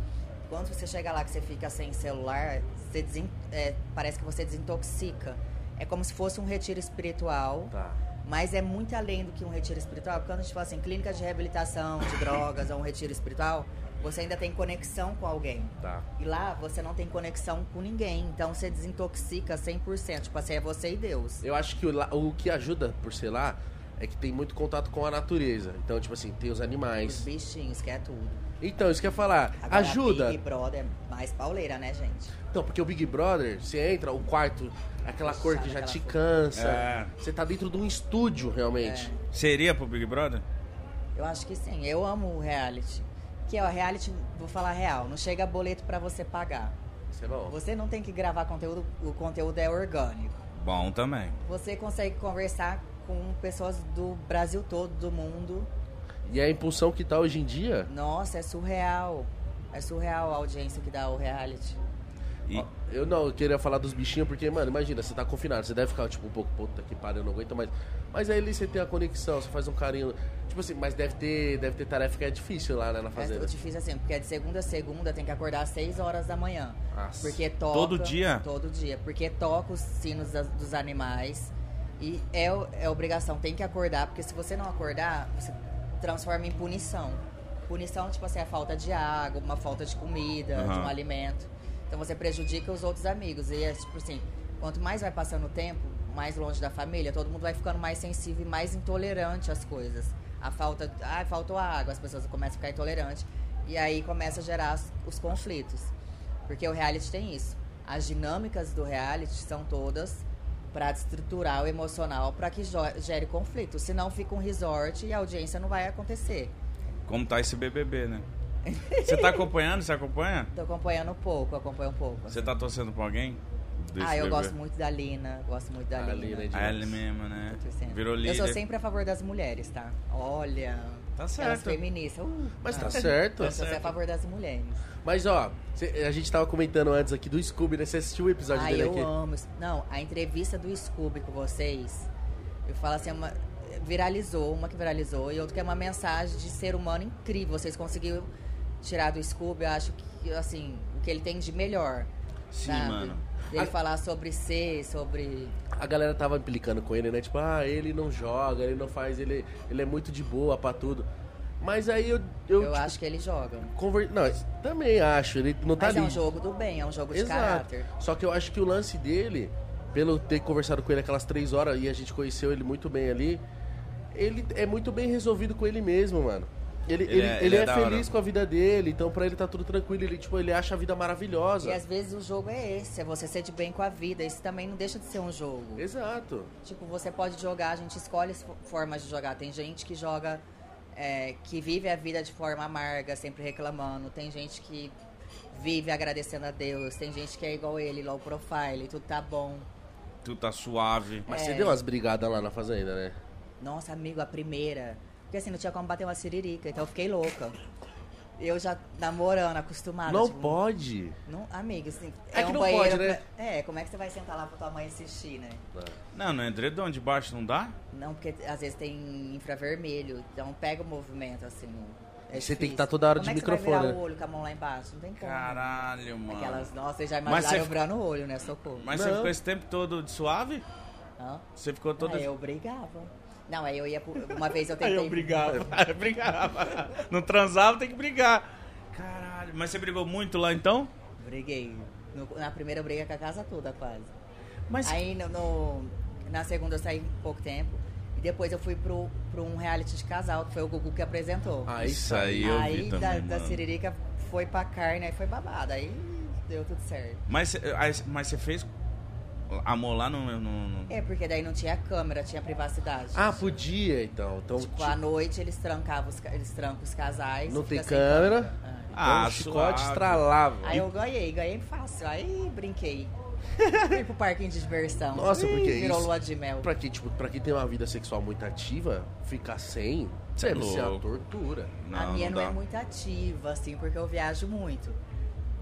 Quando você chega lá que você fica sem celular, você desen- é, parece que você desintoxica. É como se fosse um retiro espiritual. Tá. Mas é muito além do que um retiro espiritual. Porque quando a gente fala assim, clínica de reabilitação de drogas ou um retiro espiritual, você ainda tem conexão com alguém. Tá. E lá você não tem conexão com ninguém. Então você desintoxica 100%. Tipo assim, é você e Deus. Eu acho que o, lá- o que ajuda, por ser lá, é que tem muito contato com a natureza. Então, tipo assim, tem os Os animais. bichinhos, que é tudo. Então, isso que eu ia falar. Agora, ajuda. Big Brother é mais pauleira, né, gente? Não, porque o Big Brother, você entra, o quarto, aquela cor que já aquela te cor. cansa. É. Você tá dentro de um estúdio, realmente. É. Seria pro Big Brother? Eu acho que sim. Eu amo o reality. Que é o reality, vou falar real, não chega boleto pra você pagar. Isso é bom. Você não tem que gravar conteúdo, o conteúdo é orgânico. Bom também. Você consegue conversar com pessoas do Brasil todo, do mundo. E a impulsão que tá hoje em dia, Nossa, é surreal. É surreal a audiência que dá o reality. E- Ó, Eu não, eu queria falar dos bichinhos, porque, mano, imagina, você tá confinado, você deve ficar, tipo, um pouco, puta que pariu, eu não aguento mais. Mas aí ali você tem a conexão, você faz um carinho. Tipo assim, mas deve ter, deve ter tarefa que é difícil lá, né, na É fazenda. difícil assim, porque é de segunda a segunda, tem que acordar às 6 horas da manhã. Nossa. Porque é toca. Todo dia? Todo dia. Porque toca os sinos das- dos animais. E é, o- é obrigação, tem que acordar, porque se você não acordar, você transforma em punição. Punição, tipo assim, a falta de água, uma falta de comida, de Aham. um alimento. Então você prejudica os outros amigos. E é tipo assim, quanto mais vai passando o tempo, mais longe da família, todo mundo vai ficando mais sensível e mais intolerante às coisas. A falta. Ah, faltou água, as pessoas começam a ficar intolerantes. E aí começa a gerar os- os conflitos. Porque o reality tem isso. As dinâmicas do reality são todas para estruturar o emocional para que jo- gere conflito. Senão fica um resort e a audiência não vai acontecer. Como tá esse BBB, né? Você tá acompanhando? Você acompanha? Tô acompanhando um pouco, acompanho um pouco. Você tá torcendo pra alguém? Desse ah, eu BBB? gosto muito da Lina, gosto muito da A Lina. Lina é de- Ah, ele mesmo, né? Tô torcendo. Virou líder. Eu sou sempre a favor das mulheres, tá? Olha. Tá Elas certo. feministas. Uh, Mas tá ah, certo. Eu sou a favor das mulheres. Mas ó, cê- a gente tava comentando antes aqui do Scooby, né? Você assistiu o episódio Ah, dele eu aqui? amo. isso. Não, a entrevista do Scooby com vocês, eu falo assim, é uma, viralizou, uma que viralizou, e outra que é uma mensagem de ser humano incrível. Vocês conseguiram tirar do Scooby, eu acho que, assim, o que ele tem de melhor. Sim, sabe? mano. Ele A- falar sobre ser, sobre... A galera tava implicando com ele, né? Tipo, ah, ele não joga, ele não faz, ele, ele é muito de boa pra tudo. Mas aí eu. Eu, Eu, tipo, acho que ele joga. conver- Não, também acho, ele não tá Mas é ali. um jogo do bem, é um jogo de caráter. Só que eu acho que o lance dele, pelo ter conversado com ele aquelas três horas e a gente conheceu ele muito bem ali, ele é muito bem resolvido com ele mesmo, mano. Ele, Ele ele, é- ele ele é é, da feliz hora. com a vida dele, então pra ele tá tudo tranquilo. Ele, tipo, ele acha a vida maravilhosa. E às vezes o jogo é esse, é você ser de bem com a vida. Isso também não deixa de ser um jogo. Exato. Tipo, você pode jogar, a gente escolhe as fo- formas de jogar. Tem gente que joga, é, que vive a vida de forma amarga, sempre reclamando. Tem gente que vive agradecendo a Deus. Tem gente que é igual ele, low profile, tudo tá bom. Tu tá suave. É. Mas você deu umas brigadas lá na fazenda, né? Nossa, amigo, a primeira. Porque assim, não tinha como bater uma siririca, então eu fiquei louca. Eu já namorando, acostumada. não tipo, pode. Não, amigo, assim, É é, que um não banheiro pode, né? pra- É, como é que você vai sentar lá pra tua mãe assistir, né? Não, no edredom de baixo não dá? Não, porque às vezes tem infravermelho, então pega o movimento assim. não- É Você tem que difícil. tá toda hora Como de é que Você vai microfone, virar o né? olho com a mão lá embaixo, não tem como. Caralho, mano. Aquelas, nossa, vocês já Mas imaginaram você- eu virando o olho, né? Socorro. Mas você Não. ficou esse tempo todo de suave? Hã? Você ficou todo. Aí Ah, eu brigava. Não, aí eu ia. pro- Uma vez eu Aí tentei. eu brigava. eu brigava. Não transava, tem que brigar. Caralho. Mas você brigou muito lá então? Briguei. No- na primeira eu briguei com a casa toda, quase. Mas. Aí no, no- na segunda eu saí um pouco tempo. E depois eu fui pro, pro um reality de casal, que foi o Gugu que apresentou. Ah, isso aí eu aí vi da, também. da mano. siririca foi pra carne, aí foi babada. Aí deu tudo certo. Mas, cê- eh, aí- mas você fez amor lá no. no- no- É, porque daí não tinha câmera, tinha privacidade. Ah, podia então. Então, tipo, tipo, à noite eles trancavam os, ca- eles trancam os casais. Não fica tem sem câmera. É. Ah, então o chicote suave. estralava. Aí eu ganhei, ganhei fácil. Aí brinquei. Fui pro parquinho de diversão. Nossa, Ih, porque Virou isso- lua de mel. Pra quem, tipo, pra quem tem uma vida sexual muito ativa, ficar sem deve ser uma é louco. tortura. Não, a minha não, dá. é muito ativa, assim, porque eu viajo muito.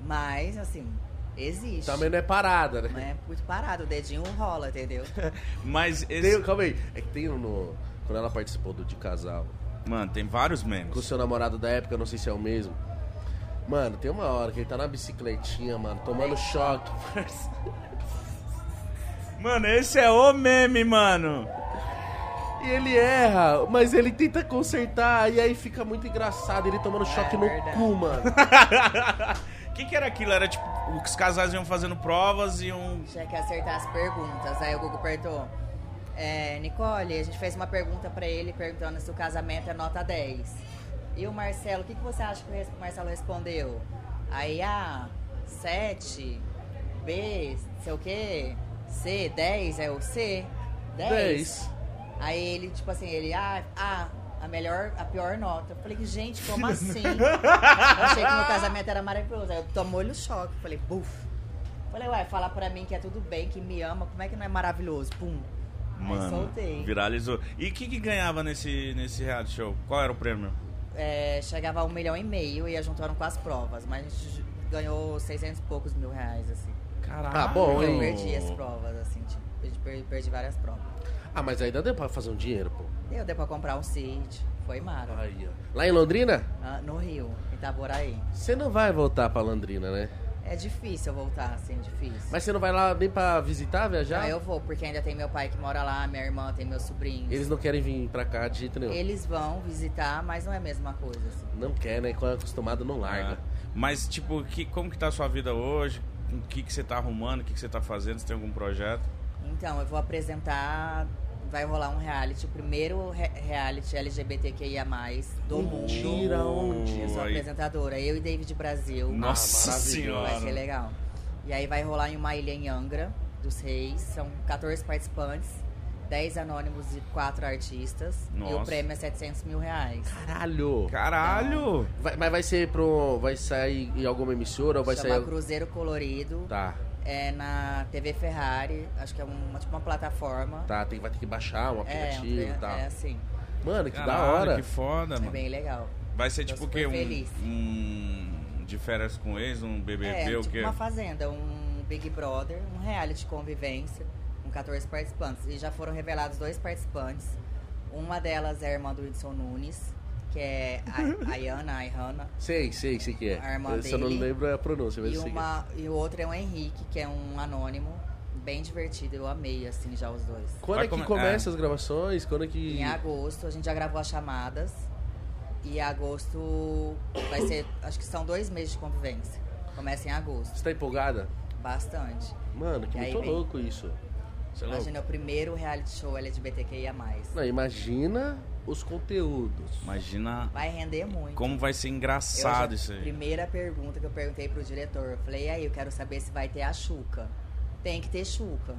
Mas, assim, existe. Também não é parada, né? Não é muito parado, o dedinho rola, entendeu? Mas esse. Tem- calma aí. É que tem no. Quando ela participou do de casal, Mano, tem vários memes. com o seu namorado da época, eu não sei se é o mesmo. Mano, tem uma hora que ele tá na bicicletinha, mano, tomando choque. Mano, esse é o meme, mano. E ele erra, mas ele tenta consertar e aí fica muito engraçado ele tomando choque no É verdade. cu, mano. O que, que era aquilo? Era tipo, os casais iam fazendo provas e um. Tinha que acertar as perguntas. Aí o Google perguntou: é, Nicole, a gente fez uma pergunta pra ele perguntando se o casamento é nota 10. E o Marcelo, o que, que você acha que o res- o Marcelo respondeu? Aí A, 7, B, sei o quê, C, 10, é o C, 10. 10. Aí ele, tipo assim, ele, ah, ah, a melhor, a pior nota. Eu falei, gente, como assim? Eu achei que meu casamento era maravilhoso. Aí eu tomou-lhe o choque. Falei, buf. Falei, ué, falar pra mim que é tudo bem, que me ama, como é que não é maravilhoso? Pum. Aí Mano, soltei. viralizou. E o que, que ganhava nesse, nesse reality show? Qual era o prêmio? É, chegava a um milhão e meio e ia juntando com as provas, mas a gente ganhou 600 e poucos mil reais, assim. Caralho. Ah, bom, Eu hein? perdi as provas, assim, tipo, perdi, perdi- perdi várias provas. Ah, mas ainda deu pra fazer um dinheiro, pô. Deu, deu pra comprar um sítio, foi mara. Aí, ó. Lá em Londrina? Na- No Rio, Itaboraí. Você não vai voltar pra Londrina, né? É difícil eu voltar, assim, difícil. Mas você não vai lá nem pra visitar, viajar? Não, Ah, eu vou, porque ainda tem meu pai que mora lá, minha irmã, tem meus sobrinhos. Eles não querem vir pra cá de jeito nenhum. Eles vão visitar, mas não é a mesma coisa, assim. Não quer, né? Quando é acostumado, não larga. Ah, Mas, tipo, que, como que tá a sua vida hoje? O que, que você tá arrumando? O que, que você tá fazendo? Você tem algum projeto? Então, eu vou apresentar. Vai rolar um reality, o primeiro re- reality LGBTQIA, do mundo. Mentira, onde? Eu sou Aí. apresentadora, eu e David Brasil. Ah, Nossa maravilhoso. senhora. Vai ser legal. E aí vai rolar em uma ilha em Angra, dos Reis. São 14 participantes, 10 anônimos e 4 artistas. E Nossa. o prêmio é 700 mil reais. Caralho! Caralho! Vai- mas vai ser pro. Vai sair em alguma emissora ou vai Chama sair. Cruzeiro Colorido. Tá, É na TV Ferrari, acho que é uma, tipo uma plataforma. tá. Tem, vai ter que baixar um É, um aplicativo e tre- tal. é assim, Mano, que Caralho, da hora. Que foda, é mano. bem legal. Vai ser Tô tipo o super quê? Um, feliz. um. De férias com ex, um BBB, É, o tipo quê? uma fazenda, um Big Brother, um reality de convivência, com 14 participantes. E já foram revelados dois participantes. Uma delas é a irmã do Whitson Nunes, que é a, a Iana, a Ihana. Sei, sei, sei que é. A irmã Eu- Se eu não dele. lembro a pronúncia, mas E, eu sei que é. uma, e o outro é o Henrique, que é um anônimo. Bem divertido, eu amei, assim, já os dois. Quando Vai é que come- começa as gravações? Quando é que. Em agosto, a gente já gravou as chamadas. E agosto vai ser. Acho que são dois meses de convivência. Começa em agosto. Você tá empolgada? Bastante. Mano, que E aí muito vem. louco isso. Sei lá, Imagina o primeiro reality show LGBTQIA. Não, imagina os conteúdos. imagina Vai render muito. como vai ser Eu engraçado já- isso aí. Primeira pergunta que eu perguntei pro diretor. Eu falei, e aí, eu quero saber se vai ter a Xuca. Tem que ter Xuca.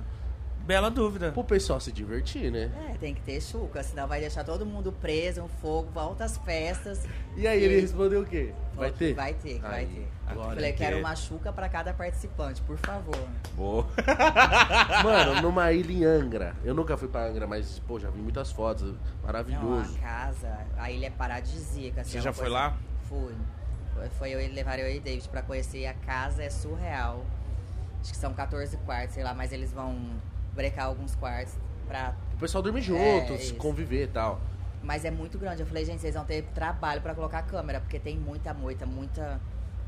Bela dúvida. Pro pessoal se divertir, né? É, tem que ter Xuca, senão vai deixar todo mundo preso, um fogo, volta às festas. E aí ele respondeu o quê? Vai Falou que ter? Vai ter, que vai Aí, ter. agora Eu falei, tem que quero ter. uma Xuca pra cada participante, por favor. Boa. Mano, numa ilha em Angra. Eu nunca fui pra Angra, mas, pô, já vi muitas fotos. Não, Maravilhoso. a casa, a ilha é paradisíaca. assim, Você é uma já foi coisa- lá? Fui. Foi, foi eu e levar eu e David pra conhecer. A casa é surreal. Acho que são 14 quartos, sei lá, mas eles vão brecar alguns quartos pra. o pessoal dorme junto, É, se isso. conviver e tal. Mas é muito grande. Eu falei, gente, vocês vão ter trabalho pra colocar câmera, porque tem muita moita, muita.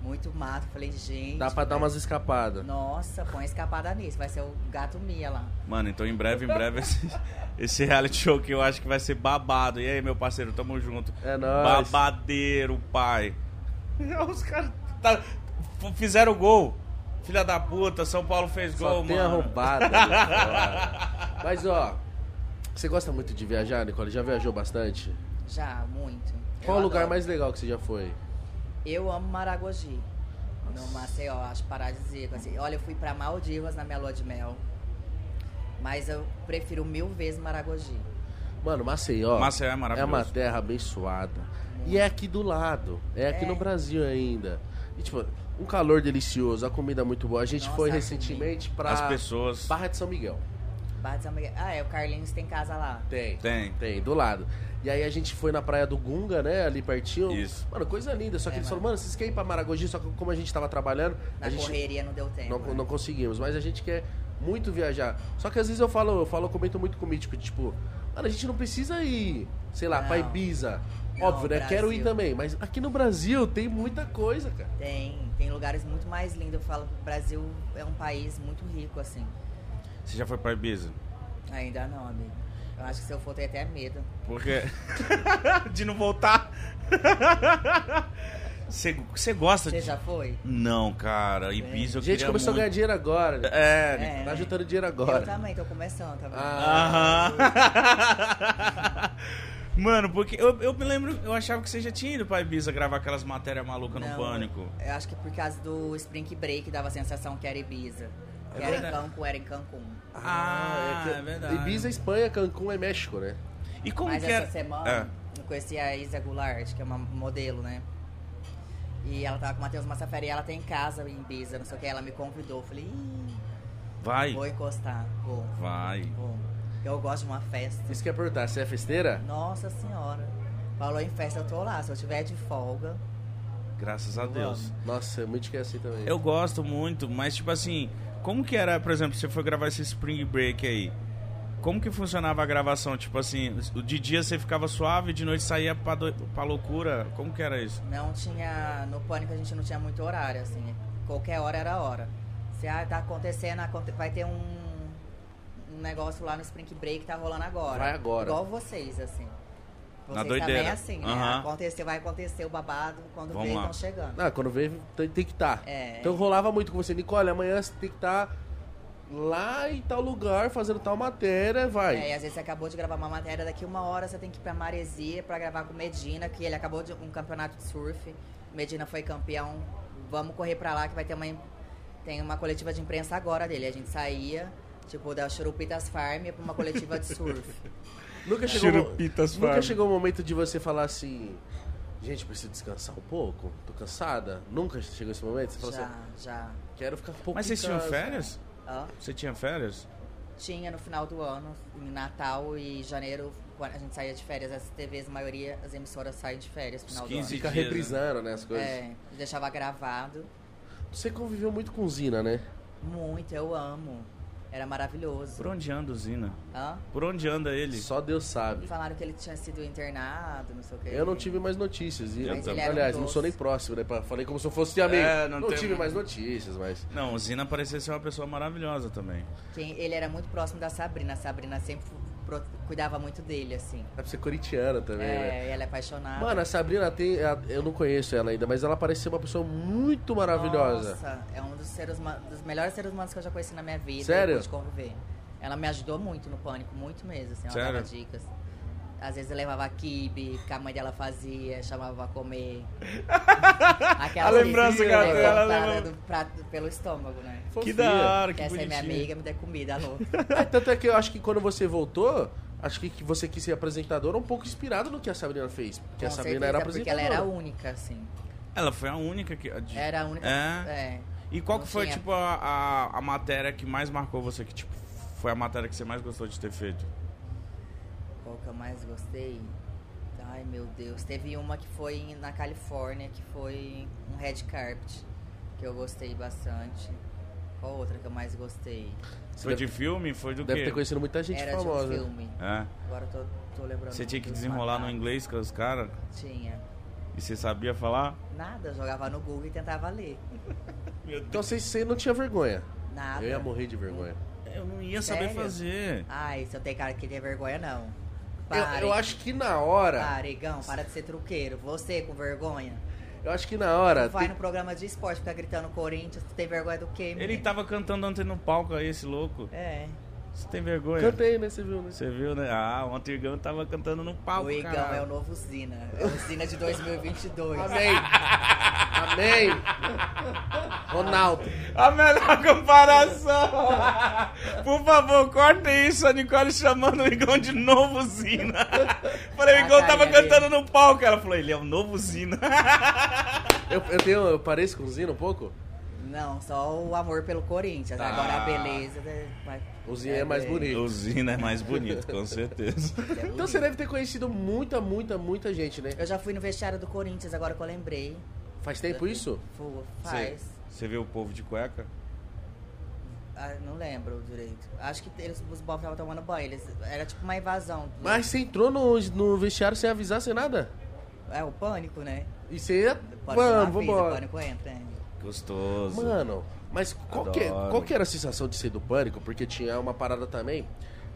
Muito mato. Eu falei, gente. né? Dá pra dar umas escapadas. Nossa, põe escapada nisso. Vai ser o gato Mia lá. Mano, então em breve, em breve, esse, esse reality show que eu acho que vai ser babado. E aí, meu parceiro, tamo junto. É nóis. Babadeiro, pai. Os caras tá- f- fizeram o gol. Filha da puta, São Paulo fez Só gol, tem mano. arrombada. né, cara? mas, ó, você gosta muito de viajar, Nicole? Já viajou bastante? Já, muito. Eu Qual o lugar adoro. mais legal que você já foi? Eu amo Maragogi. No Maceió, acho paradisíaco. Assim. Olha, eu fui pra Maldivas na minha lua de mel. Mas eu prefiro mil vezes Maragogi. Mano, Maceió. Maceió é maravilhoso. É uma terra abençoada. E é aqui do lado. É aqui É. no Brasil ainda. E, tipo, um calor delicioso, a comida muito boa. A gente Nossa, foi a recentemente pra As pessoas. Barra de São Miguel. Barra de São Miguel. Ah, é, o Carlinhos tem casa lá. Tem. Tem. Tem, do lado. E aí a gente foi na praia do Gunga, né? Ali pertinho. Isso. Mano, coisa linda. Só que É, eles mano. falaram, mano, vocês querem ir pra Maragogi? Só que como a gente tava trabalhando, Na a gente correria não deu tempo. não, né? não conseguimos. Mas a gente quer muito viajar. Só que às vezes eu falo, eu falo, eu comento muito com o Mítico, tipo, mano, a gente não precisa ir, sei lá, pra Não. Ibiza. Não, Óbvio, né? Quero ir Brasil. também, mas aqui no Brasil tem muita coisa, cara. Tem, tem lugares muito mais lindos. Eu falo que o Brasil é um país muito rico, assim. Você já foi pra Ibiza? Ainda não, amigo. Eu acho que se eu for, tem até medo. Porque. de não voltar. Você você gosta Você de. já foi? Não, cara. Ibiza eu gente queria começou a ganhar muito... dinheiro agora. né? É. É. Tá juntando dinheiro Eu agora. também, tô começando, tá vendo? Ah. Aham. Mano, porque eu, eu me lembro, eu achava que você já tinha ido pra Ibiza gravar aquelas matérias malucas no Não, pânico. Eu acho que por causa do Spring Break dava a sensação que era Ibiza. É Que era em verdade. Cancún, era em Cancún. Ah, é verdade. Ibiza, Espanha, Cancún é México, né? E como Mas que essa era? semana Ah. eu conheci a Isa Goulart, que é uma modelo, né? E ela tava com o Matheus Massafera e ela tem casa em Ibiza, não sei o que. Ela me convidou. Eu Falei, "Ih, Vai. vou encostar. Vou, Vai. vou. Eu gosto de uma festa. Isso que é perguntar, você é festeira? Nossa senhora. Falou em festa, eu tô lá. Se eu tiver de folga. Graças a Eu Deus. amo. Nossa, muito que é assim também. Eu gosto muito, mas tipo assim, como que era, por exemplo, você foi gravar esse Spring Break aí? Como que funcionava a gravação? Tipo assim, o de dia você ficava suave, de noite saía pra, doi- pra loucura. Como que era isso? Não tinha. No pânico a gente não tinha muito horário, assim. Qualquer hora era hora. Se ah, tá acontecendo, aconte- vai ter um, um negócio lá no Spring Break que tá rolando agora. Vai agora. Igual vocês, assim. Vocês Na doideira. também assim, né? Aham. Aconteceu, vai acontecer o babado quando Vamos vem, lá. estão chegando. Ah, quando vem, tem, tem que estar. É. Então rolava muito com você, Nicole, amanhã você tem que estar lá em tal lugar, fazendo tal matéria, vai. É, e às vezes você acabou de gravar uma matéria, daqui uma hora você tem que ir pra Maresia pra gravar com o Medina, que ele acabou de um campeonato de surf. O Medina foi campeão. Vamos correr pra lá que vai ter uma, tem uma coletiva de imprensa agora dele. A gente saía, tipo, da Churupitas Farm pra uma coletiva de surf. Nunca chegou, Churupitas, nunca Fábio. chegou o momento de você falar assim, gente, preciso descansar um pouco, tô cansada. Nunca chegou esse momento? Você falou assim, já, já. quero ficar um pouco Mas em vocês tinham casa. férias? Ó, Você tinha férias? Tinha no final do ano, em Natal e janeiro, quando a gente saía de férias, as TVs, a maioria, as emissoras saem de férias no final Os 15 do ano. Fica dias, né? reprisando, né, as coisas. É, deixava gravado. Você conviveu muito com Zina, né? Muito, eu amo. Era maravilhoso. Por onde anda o Zina? Hã? Por onde anda ele? Só Deus sabe. Falaram que ele tinha sido internado, não sei o que. Eu não tive mais notícias. E, Eu Mas ele também. era um aliás, não doce. sou nem próximo, né? pra- Falei como se eu fosse amigo. É, não não tem- tive mais notícias, mas. Não, o Zina parecia ser uma pessoa maravilhosa também. Quem- ele era muito próximo da Sabrina. A Sabrina sempre fu- pro- cuidava muito dele, assim. Dá pra ser corintiana Tá também, né? É, ela é apaixonada. Mano, a Sabrina tem. a- Eu não conheço ela ainda, mas ela parece ser uma pessoa muito maravilhosa. Nossa, é um dos, seres, huma- dos melhores seres humanos que eu já conheci na minha vida. Sério? Eu pude conviver. Ela me ajudou muito no pânico, muito mesmo, assim. Ela Sério? dava dicas. Às vezes eu levava kibe, que a mãe dela fazia, chamava pra comer. Aquela A lembrança que que ela tem, ela levantada lembra- do prato pelo estômago, né? Fofia. Que da hora, que Quer ser é minha bonitinho. amiga, me dê comida, alô. É, tanto é que eu acho que quando você voltou, acho que que você quis ser apresentadora um pouco inspirado no que a Sabrina fez. Porque a Com Sabrina certeza, era porque apresentadora. ela era única, assim. Ela foi a única que. a de- Era a única. É? é. E qual Não que foi, tinha. tipo, a, a, a matéria que mais marcou você? Que, tipo, foi a matéria que você mais gostou de ter feito? Qual que eu mais gostei? Ai, meu Deus. Teve uma que foi em- na Califórnia, que foi um red carpet, que eu gostei bastante. Qual outra que eu mais gostei? Você Foi deve, de filme? Foi do deve quê? ter conhecido muita gente um né? Era famosa. de um filme. É. Agora eu tô, tô lembrando. Você tinha que dos desenrolar no macacos. inglês com os caras? Tinha. E você sabia falar? Nada, eu jogava no Google e tentava ler. Então você, você não tinha vergonha. Nada. Eu ia morrer de vergonha. Eu não ia saber Sério? fazer. Ai, se eu tenho cara que tem vergonha, não. Eu, Pare, eu acho que na hora. pare, Igão, para de ser truqueiro. Você com vergonha. Eu acho que na hora. Vai tem- no programa de esporte, fica gritando Corinthians, tu tem vergonha do quê, Ele tá menino? tava cantando ontem no palco aí, esse louco. É. Você tem vergonha? Cantei, né? Você viu, né? Você viu, né? Ah, ontem o Igão tava cantando no Tá palco, O Igão cara. é o novo Zina. É o Zina de 2022. Amém! Amém! Ronaldo. A melhor comparação! Por favor, corta isso, a Nicole chamando o Igão de novo Zina. Falei, o A Igão tava carinha cantando no palco. Ela falou, ele é o novo Zina. Eu, eu tenho. Eu pareço com o Zina um pouco? Não, só o amor pelo Corinthians. Tá. Agora a beleza. né? Mas- Ah. O Zina é mais é, bonito. O Zina é mais bonito, com certeza. é bonito. Então você deve ter conhecido muita, muita, muita gente, né? Eu já fui no vestiário do Corinthians, agora que eu lembrei. Faz tempo isso? Fu- Você, Faz. você viu o povo de cueca? Ah, não lembro direito. Acho que eles, os bobs estavam tomando banho. Eles, era tipo uma invasão. Mas você entrou no, no vestiário sem avisar, sem nada? É o pânico, né? E você. Pode chamar a Mano, Fisa, o vambora. pânico entra. né? Gostoso. Mano, mas qual que, é- Adoro. qual que era a sensação de ser do pânico? Porque tinha uma parada também.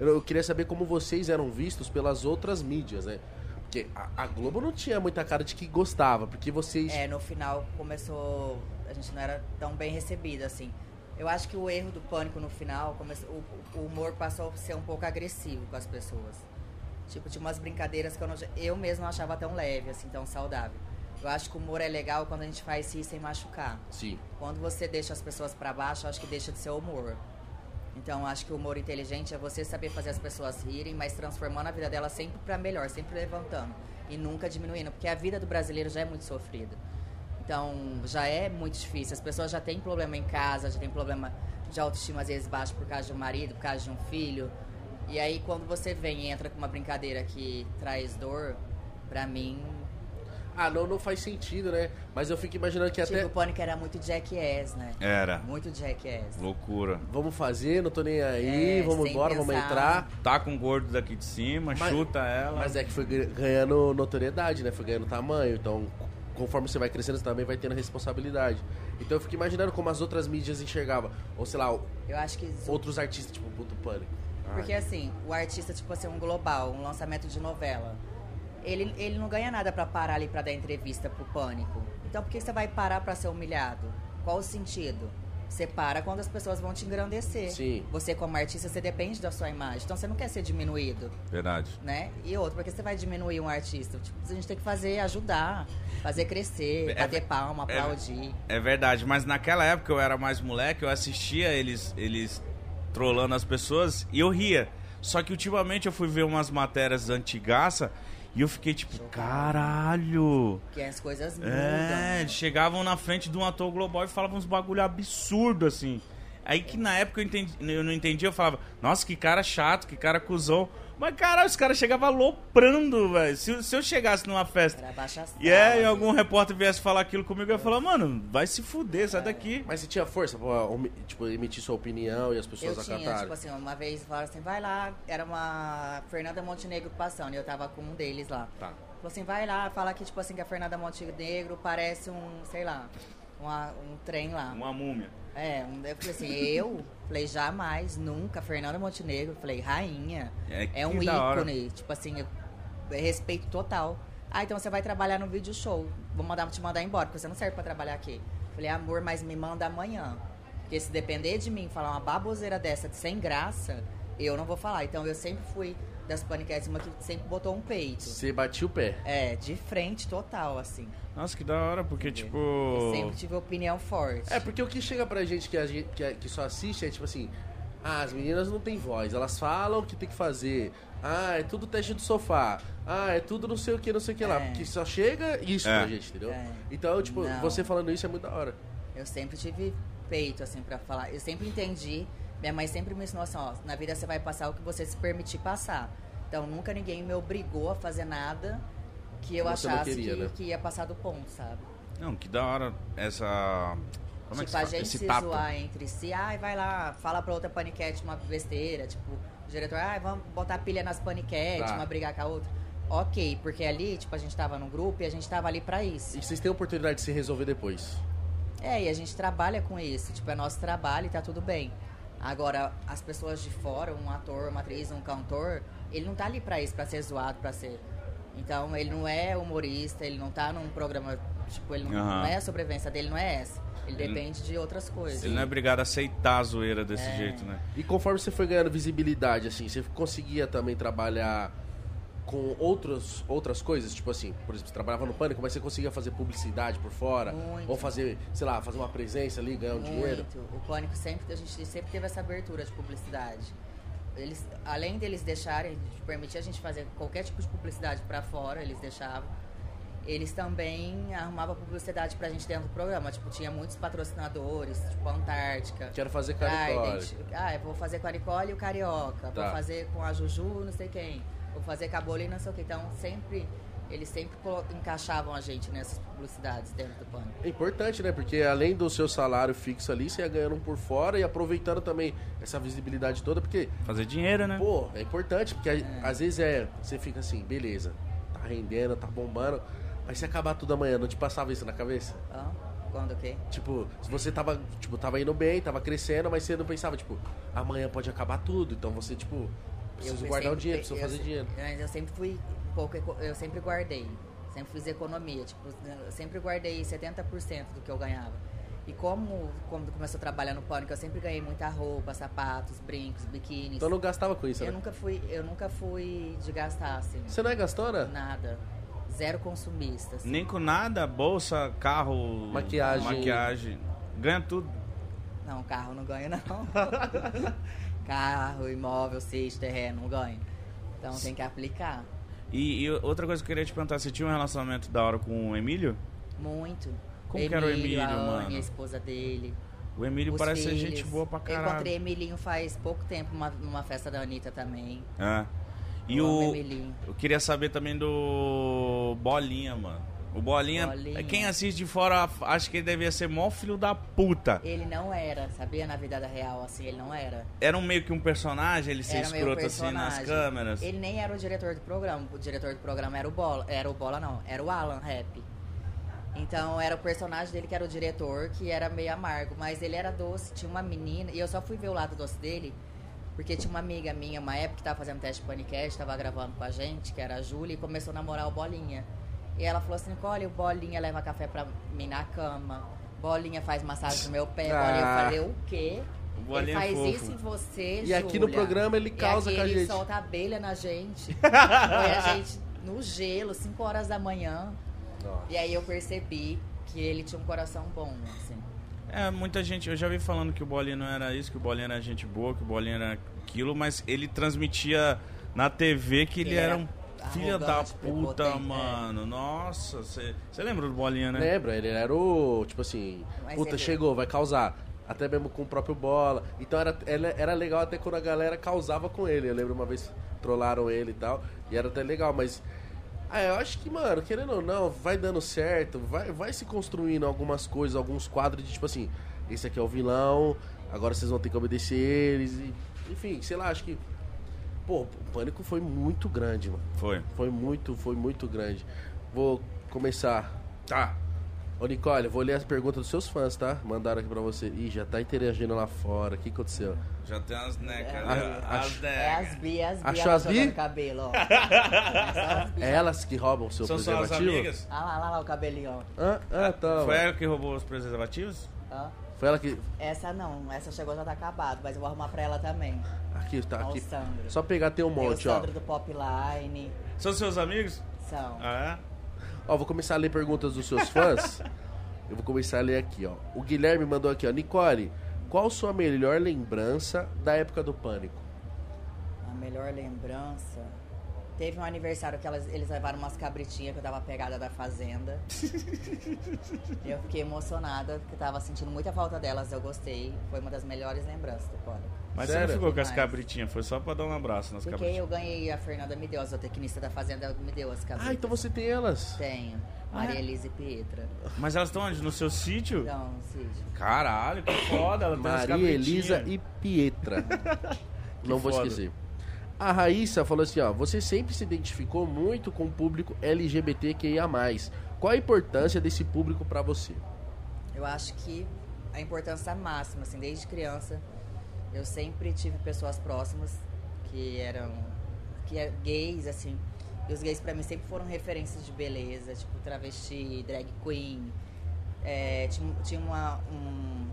Eu, eu queria saber como vocês eram vistos pelas outras mídias, né? Porque a, a Globo não tinha muita cara de que gostava, porque vocês. É, no final começou. A gente não era tão bem recebida, assim. Eu acho que o erro do pânico no final, começou, o, o humor passou a ser um pouco agressivo com as pessoas. Tipo, tinha umas brincadeiras que eu, não, eu mesmo não achava tão leve, assim, tão saudável. Eu acho que o humor é legal quando a gente faz isso sem machucar. Sim. Quando você deixa as pessoas pra baixo, eu acho que deixa de ser humor. Então, eu acho que o humor inteligente é você saber fazer as pessoas rirem, mas transformando a vida delas sempre pra melhor, sempre levantando e nunca diminuindo, porque a vida do brasileiro já é muito sofrida. Então, já é muito difícil. As pessoas já têm problema em casa, já têm problema de autoestima às vezes baixo por causa de um marido, por causa de um filho. E aí, quando você vem e entra com uma brincadeira que traz dor, pra mim, Ah, não, não faz sentido, né? Mas eu fico imaginando que tipo, até. o pânico era muito jackass, né? Era. Muito jackass. Loucura. Vamos fazer, não tô nem aí, É, vamos sem embora, vamos pensar. entrar. Taca um gordo daqui de cima, Mas- chuta ela. Mas é que foi gr- ganhando notoriedade, né? Foi ganhando tamanho. Então, c- conforme você vai crescendo, você também vai tendo responsabilidade. Então eu fico imaginando como as outras mídias enxergavam. Ou sei lá, o- Eu acho que zo- outros artistas, tipo, puto pânico. porque assim, o artista tipo assim, um global, um lançamento de novela. Ele, ele não ganha nada pra parar ali pra dar entrevista pro pânico. Então por que você vai parar pra ser humilhado? Qual o sentido? Você para quando as pessoas vão te engrandecer. Sim. Você como artista, você depende da sua imagem. Então você não quer ser diminuído, Verdade. né? E outro, porque você vai diminuir um artista? Tipo, a gente tem que fazer, ajudar, fazer crescer, É- bater palma, é- aplaudir. É verdade, mas naquela época eu era mais moleque, eu assistia eles, eles trolando as pessoas e eu ria. Só que ultimamente eu fui ver umas matérias antigaça e eu fiquei tipo, caralho. Que as coisas mudam. É, né? eles chegavam na frente de um ator global e falavam uns bagulho absurdo, assim. Aí que na época eu, entendi- eu não entendi, eu falava, nossa, que cara chato, que cara cuzão. Mas caralho, os caras chegavam aloprando, velho. Se, se eu chegasse numa festa Era baixa astral, e é, e né? algum repórter viesse falar aquilo comigo, eu ia falar, mano, vai se fuder, sai daqui. Mas você tinha força pra umi- tipo, emitir sua opinião e as Eu pessoas tinha, acatarem? tipo assim, uma vez falaram assim, vai lá, era uma Fernanda Montenegro passando, e eu tava com um deles lá. Tá. Falou assim, vai lá, fala que, tipo assim, que a Fernanda Montenegro parece um, sei lá, uma- um trem lá. Uma múmia. É, um- eu falei assim, eu? Falei, jamais, nunca, Fernanda Montenegro, falei, rainha. É, É um que da hora. ícone, tipo assim, eu- é respeito total. Ah, então você vai trabalhar no vídeo show. Vou mandar te mandar embora, porque você não serve pra trabalhar aqui. Falei, amor, mas me manda amanhã. Porque se depender de mim falar uma baboseira dessa de sem graça, eu não vou falar. Então eu sempre fui das paniquetes, uma que sempre botou um peito. Você batia o pé. É, de frente total, assim. Nossa, que da hora, porque, tipo... Eu É sempre tive opinião forte. É, porque o que chega pra gente que, a gente- que, a- que só assiste é tipo assim: ah, as meninas não têm voz, elas falam o que tem que fazer. Ah, é tudo teste do sofá. Ah, é tudo não sei o que, não sei o que lá. É. Porque só chega isso É. pra gente, entendeu? É. Então, tipo, Não. você falando isso é muito da hora. Eu sempre tive peito, assim, pra falar. Eu sempre entendi. Minha mãe sempre me ensinou assim, ó, na vida você vai passar o que você se permitir passar. Então nunca ninguém me obrigou a fazer nada que eu Você não achasse queria, que, né? que ia passar do ponto, sabe? Não, que da hora essa... Como é que tipo, se a fala? gente Esse se tato. zoar entre si, ai, vai lá, fala pra outra paniquete uma besteira, tipo, o diretor, ai, vamos botar pilha nas paniquetes, Tá. uma brigar com a outra. Ok, porque ali, tipo, a gente tava num grupo e a gente tava ali pra isso. E vocês têm a oportunidade de se resolver depois. É, e a gente trabalha com isso. Tipo, é nosso trabalho e tá tudo bem. Agora, as pessoas de fora, um ator, uma atriz, um cantor, ele não tá ali pra isso, pra ser zoado, pra ser. Então, ele não é humorista, ele não tá num programa. Tipo, ele não, Aham. não é a sobrevivência dele, não é essa. Ele Ele- depende de outras coisas. Ele não é obrigado a aceitar a zoeira desse É. jeito, né? E conforme você foi ganhando visibilidade, assim, você conseguia também trabalhar com outros, outras coisas? Tipo assim, por exemplo, você trabalhava no Pânico, mas você conseguia fazer publicidade por fora? Muito. Ou fazer, sei lá, fazer uma presença ali, ganhar um dinheiro? Muito. O Pânico sempre, a gente sempre teve essa abertura de publicidade. Eles, além deles deixarem, de permitir a gente fazer qualquer tipo de publicidade pra fora, eles deixavam. Eles também arrumavam publicidade pra gente dentro do programa. Tipo, tinha muitos patrocinadores, tipo Antártica. Quero fazer Trident. caricole. Ah, eu vou fazer com a Nicole e o Carioca. Tá. Vou fazer com a Juju, não sei quem. Vou fazer com a Bola e não sei o que. Então, sempre, eles sempre colo- encaixavam a gente nessas publicidades dentro do Pânico. É importante, né? Porque além do seu salário fixo ali, você ia ganhando um por fora e aproveitando também essa visibilidade toda, porque, Fazer dinheiro, né? pô, é importante, porque a- às vezes é. Você fica assim, beleza, tá rendendo, tá bombando. Mas se acabar tudo amanhã, não te passava isso na cabeça? Hã? Quando o quê? Tipo, se você tava, tipo, tava indo bem, tava crescendo, mas você não pensava, tipo, amanhã pode acabar tudo. Então você, tipo, preciso fui guardar o sempre- dinheiro, preciso eu fazer se- dinheiro. Mas eu sempre fui um pouco, eco- eu sempre guardei. Sempre fiz economia, tipo, eu sempre guardei 70% do que eu ganhava. E como quando começou a trabalhar no pânico, eu sempre ganhei muita roupa, sapatos, brincos, biquínis. Então eu não gastava com isso, eu né? nunca fui, eu nunca fui de gastar assim, Você não é gastona? nada. Zero consumista. assim. Nem com nada, bolsa, carro, Maquiagem. maquiagem. Ganha tudo. Não, carro não ganho não. carro, imóvel, sítio, terreno, não ganho. Então tem que aplicar E, e outra coisa que eu queria te perguntar, você tinha um relacionamento da hora com o Emílio? muito. Como que era o Emílio, a Anne, mano? a esposa dele. O Emílio Os parece ser filhos. gente boa pra Eu caralho. encontrei Emilinho faz pouco tempo numa, numa festa da Anitta também. É. E Eu amo o. Emilinho. Eu queria saber também do Bolinha, mano. O Bolinha, Bolinha. quem assiste de fora acha que ele devia ser mó filho da puta. Ele não era, sabia? Na vida real, assim, ele não era. Era um meio que um personagem, ele ser era meio escroto assim nas personagem. câmeras. Ele nem era o diretor do programa. O diretor do programa era o Bola. Era o Bola, não. Era o Alan Rap. Então era o personagem dele que era o diretor, que era meio amargo. Mas ele era doce, tinha uma menina. E eu só fui ver o lado doce dele. Porque tinha uma amiga minha, uma época, que tava fazendo teste de panicast, tava gravando com a gente, que era a Júlia, e começou a namorar o Bolinha. E ela falou assim, Nicole, o Bolinha leva café pra mim na cama, Bolinha faz massagem no meu pé, Bolinha, eu Ah. falei, o quê? O Bolinha ele é faz fofo. isso em você, E aqui no Júlia. programa ele E causa aqui com a ele gente. solta abelha na gente. Põe a gente no gelo, 5 horas da manhã. Nossa. E aí eu percebi que ele tinha um coração bom, assim. É, muita gente. Eu já vi falando que o Bolinha não era isso, que o Bolinha era gente boa, que o Bolinha era aquilo, mas ele transmitia na TV que ele, Ele era, era um filho da arrogante, puta, prepotente, mano. Nossa, você lembra do Bolinha, né? Lembra? Ele era o. Tipo assim. Mas puta, ele- chegou, vai causar. Até mesmo com o próprio bola. Então era, era, era legal até quando a galera causava com ele. Eu lembro uma vez trollaram ele e tal. E era até legal, mas. Ah, eu acho que, mano, querendo ou não, vai dando certo, vai, vai se construindo algumas coisas, alguns quadros de tipo assim, esse aqui é o vilão, agora vocês vão ter que obedecer eles. e- enfim, sei lá, acho que. Pô, o pânico foi muito grande, mano. Foi. Foi muito, foi muito grande. Vou começar Tá. Ô, Nicole, eu vou ler as perguntas dos seus fãs, tá? Mandaram aqui pra você. Ih, já tá interagindo lá fora. O que aconteceu? Já tem as necas. É, ali, a- ó. as acho- É necas. as bi, as bi, Achou ela as bi? jogando cabelo, ó. É elas que roubam o seu Ah, São só as preservativo? amigas? Ah lá, lá, lá o cabelinho, Ah, ah, tá. Foi ela que roubou os preservativos? ó. Ó. Foi ela que... Essa não, essa chegou já tá acabado, mas eu vou arrumar pra ela também. Aqui, tá Ó, o aqui. Sandro. Só pegar, tem um Tem o monte, ó. Sandro do Popline. São seus amigos? São. Ah, Ó, vou começar a ler perguntas dos seus fãs. eu vou começar a ler aqui, ó. O Guilherme mandou aqui, ó. Nicole, qual sua melhor lembrança da época do pânico? A melhor lembrança. Teve um aniversário que elas- eles levaram umas cabritinhas que eu tava pegada da fazenda. eu fiquei emocionada, porque eu tava sentindo muita falta delas, eu gostei. Foi uma das melhores lembranças do Pânico. Mas Sério? você não ficou com as Demais. cabritinhas, foi só pra dar um abraço nas Porque cabritinhas. eu ganhei, a Fernanda me deu, a zootecnista da fazenda me deu as cabritas. Ah, então você Ah, é? tem elas. Tenho. Maria Elisa e Pietra. Mas elas estão onde? No seu sítio? Então, Cid. Caralho, que foda, ela tem as Maria cabritinhas. Elisa e Pietra. Não vou foda. esquecer. A Raíssa falou assim, ó, você sempre se identificou muito com o público LGBTQIA+. Qual a importância desse público pra você? Eu acho que a importância máxima, assim, desde criança, eu sempre tive pessoas próximas que eram que eram gays, assim. E os gays pra mim sempre foram referências de beleza, tipo travesti, drag queen. É, tinha tinha uma, um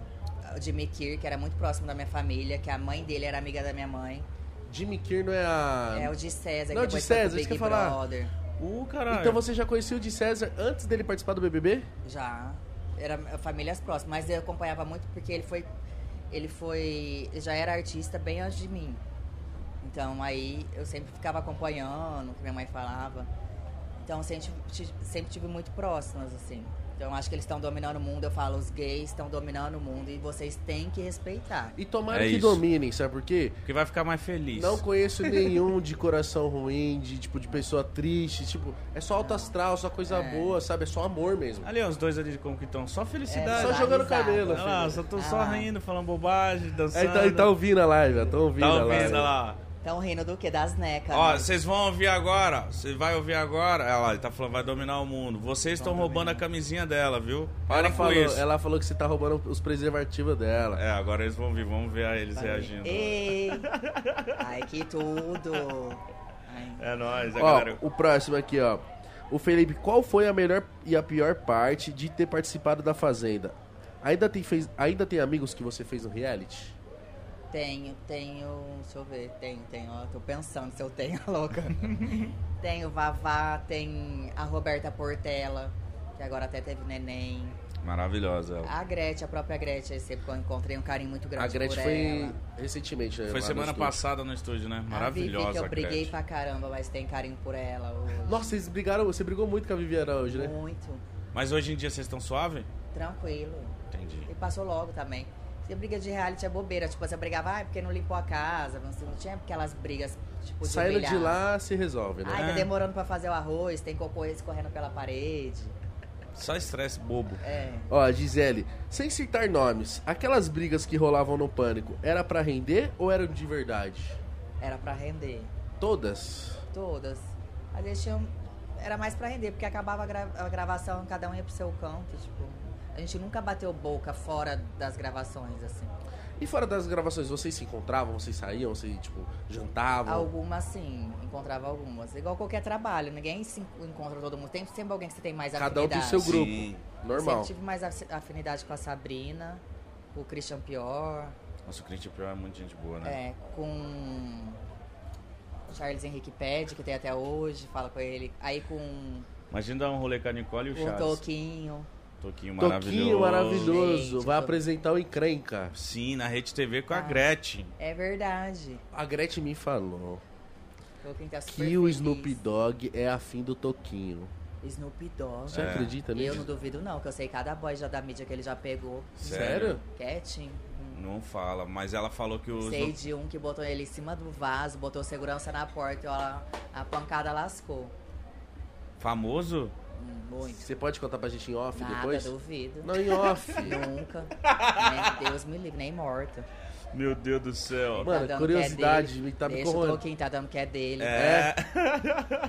o Jimmy Kier, que era muito próximo da minha família, que a mãe dele era amiga da minha mãe. Jimmy Kier não é a... É o de César, Não, que o de depois foi pro César, isso Big que eu ia falar. Brother. Uh, caralho. Então você já conhecia o de César antes dele participar do BBB? Já. Era eh, famílias próximas, mas eu acompanhava muito porque ele foi ele foi já era artista bem antes de mim. Então aí eu sempre ficava acompanhando o que minha mãe falava. Então sempre ti- sempre tive muito próximas assim. Então acho que eles estão dominando o mundo, eu falo os gays estão dominando o mundo e vocês têm que respeitar. E tomara É que isso. dominem, sabe por quê? Porque vai ficar mais feliz. Não conheço nenhum de coração ruim, de tipo de pessoa triste, tipo, é só alto astral, só coisa boa, sabe? É só amor mesmo. Ali, ó, os dois ali como que estão. Só É, felicidade. Só Dá jogando risada. cabelo, Ah, Olha lá, filho. só tô só Ah. rindo, falando bobagem, É, dançando. tá, tá ouvindo a live, ó, tá ouvindo Tá a live. ouvindo, olha lá. Estão rindo do quê? Das necas. Ó, né? vocês vão ouvir agora. Você vai ouvir agora. Ela ele tá falando, vai dominar o mundo. Vocês estão roubando a camisinha dela, viu? Parem Tá Ela com falou, isso. ela falou que você tá roubando os preservativos dela. É, agora eles vão vir, vamos ver a eles Falei, reagindo. Tá Ei! Ai, que tudo! Ai, É nóis, é galera. Ó, o próximo aqui, ó. O Felipe, qual foi a melhor e a pior parte de ter participado da Fazenda? Ainda tem, fez, ainda tem amigos que você fez no reality? Tenho, tenho. Deixa eu ver, tenho, tenho. Ó, tô pensando se eu tenho, louca. tenho Vavá, tem a Roberta Portela, que agora até teve neném. Maravilhosa ela. A Gretchen, a própria Gretchen, sempre que eu encontrei um carinho muito grande. a Gretchen por foi ela. recentemente, né? lá Foi no semana estúdio. passada no estúdio, né? A Vivi, Ah, que Maravilhosa, eu briguei Gretchen. pra caramba, mas tem carinho por ela. hoje. Nossa, vocês brigaram, você brigou muito com a Vivi Araújo, né? Muito. Mas hoje em dia vocês estão suave? Tranquilo. Entendi. E passou logo também. Porque briga de reality é bobeira. Tipo, você brigava, ah, porque não limpou a casa. Não, sei, não tinha aquelas brigas, tipo, de Saindo de humilhar. lá, se resolve, né? Ai, tá É. demorando pra fazer o arroz, tem cocô escorrendo pela parede. Só estresse bobo. É. Ó, a Gisele, sem citar nomes, aquelas brigas que rolavam no pânico, era pra render ou eram de verdade? Era pra render. Todas? Todas. Às vezes tinha um- era mais pra render, porque acabava a, gra- a gravação, cada um ia pro seu canto, tipo. A gente nunca bateu boca fora das gravações, assim. E fora das gravações, vocês se encontravam, vocês saíam, vocês, tipo, jantavam? Algumas sim, encontrava algumas. Igual qualquer trabalho, ninguém se en- encontra todo mundo. Tem sempre alguém que você tem mais Cada um tem afinidade. seu grupo. Sim. Normal. Sempre tive mais af- afinidade com a Sabrina, com o Christian Pior, Nossa, o cliente pior é muito gente boa, né? é, com o Charles Henrique Pede, que tem até hoje, fala com ele. Aí com Imagina dar um rolê com a Nicole e o o Charles. Toquinho. Toquinho maravilhoso. Toquinho maravilhoso. Gente, vai tô- apresentar o encrenca. Sim, na Rede TV com a Ah. Gretchen. É verdade. A Gretchen me falou O Toquinho tá super que o feliz. Snoop Dogg é afim do Toquinho. Snoop Dogg. Você É. acredita Eu não nisso? duvido não, que eu sei cada boy já da mídia que ele já pegou. Sério? Quietinho. Hum. Não fala, mas ela falou que o Sei Snoop... de um que botou ele em cima do vaso, botou segurança na porta e ó, a pancada lascou. famoso... Hum, Muito. Você pode contar pra gente em off Nada, depois? duvido. Não, em off. Nunca. nem Deus me livre, nem morta. Meu Deus do céu. Mano, dando curiosidade, que é me dele. tá me Deixa o corroendo. Toquinho, tá dando que é dele. É.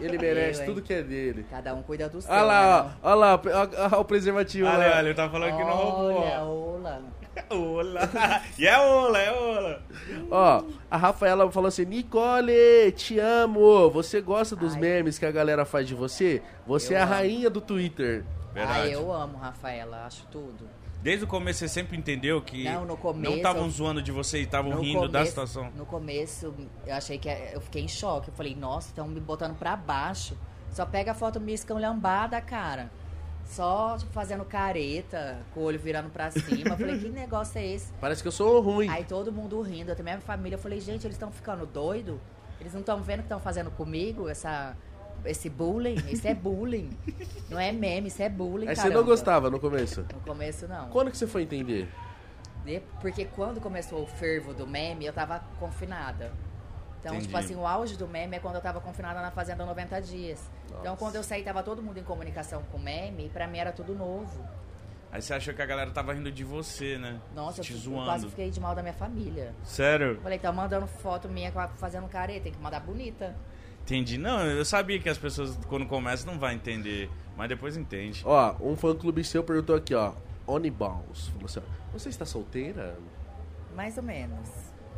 Ele merece Eu, hein? tudo que é dele. Cada um cuida do seu. Olha né, lá, não? ó. Olha lá, ó, ó, ó o preservativo Olha, lá. olha, ele tá falando que não roubou. É Olha, ola. Ola. E é ola, é ola. Ó, a Rafaela falou assim: Nicole, te amo. Você gosta dos Ai. memes que a galera faz de você? Você Eu é a amo. rainha do Twitter. Ah, Verdade. eu amo Rafaela, acho tudo. Desde o começo você sempre entendeu que Não, no começo não estavam eu- zoando de você e estavam rindo da situação. No começo, eu achei que é, eu fiquei em choque. Eu falei, nossa, estão me botando pra baixo. Só pega a foto minha esculhambada, cara. Só tipo, fazendo careta, com o olho virando pra cima. Eu falei, que negócio é esse? Parece que eu sou ruim. Aí todo mundo rindo, até minha família. Eu falei, gente, eles estão ficando doido? Eles não estão vendo o que estão fazendo comigo? Essa, esse bullying? Isso é bullying. não é meme, isso é bullying, Aí caramba. você não gostava no começo. No começo, não. Quando que você foi entender? Né? Porque quando começou o fervo do meme, eu tava confinada. Então, Entendi. tipo assim, o auge do meme é quando eu tava confinada na Fazenda 90 dias. Então, quando eu saí, tava todo mundo em comunicação com meme e pra mim era tudo novo. Aí você achou que a galera tava rindo de você, né? Nossa, eu, Te eu zoando. quase fiquei de mal da minha família. Sério? Falei, tá mandando foto minha com a- fazendo careta, tem que mandar bonita. Entendi. Não, eu sabia que as pessoas, quando começam, não vai entender. Mas depois entende. Ó, um fã clube seu perguntou aqui, ó. Oniballs. Falou assim, ó, você está solteira? Mais ou menos.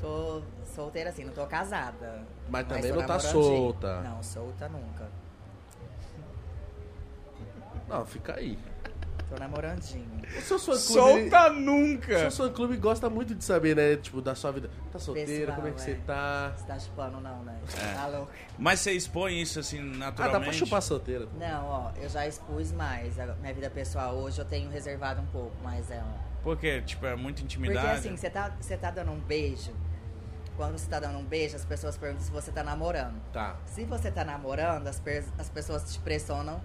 Tô solteira assim, não tô casada. Mas também tô não tá namorandinha. solta. Não, solta nunca. Não, fica aí. Tô namorandinho. O seu fã clube. Solta O nunca! seu fã clube gosta muito de saber, né? Tipo, da sua vida. Tá solteira, Pessoal, como é que é. você tá? Você tá chupando não, né? É. Tá louco. Mas você expõe isso assim Ah, naturalmente. dá pra chupar solteira. Não, ó, eu já expus mais. A minha vida pessoal hoje eu tenho reservado um pouco mais ela. Porque, tipo, é muita Porque intimidade. assim, você tá, você tá dando um beijo. Quando você tá dando um beijo, as pessoas perguntam se você tá namorando. Tá. Se você tá namorando, as, pers- as pessoas te pressionam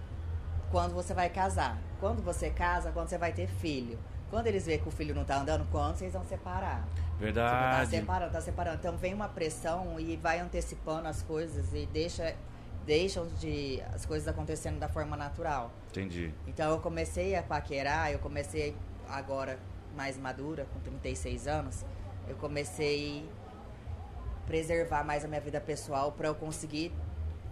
quando você vai casar. Quando você casa, quando você vai ter filho. Quando eles veem que o filho não tá andando, quando vocês vão separar? Tipo, tá Verdade. separando, tá separando. Então vem uma pressão e vai antecipando as coisas e deixa, deixam de as coisas acontecendo da forma natural. Entendi. Então eu comecei a paquerar, eu comecei agora mais madura, com 36 anos, eu comecei preservar mais a minha vida pessoal para eu conseguir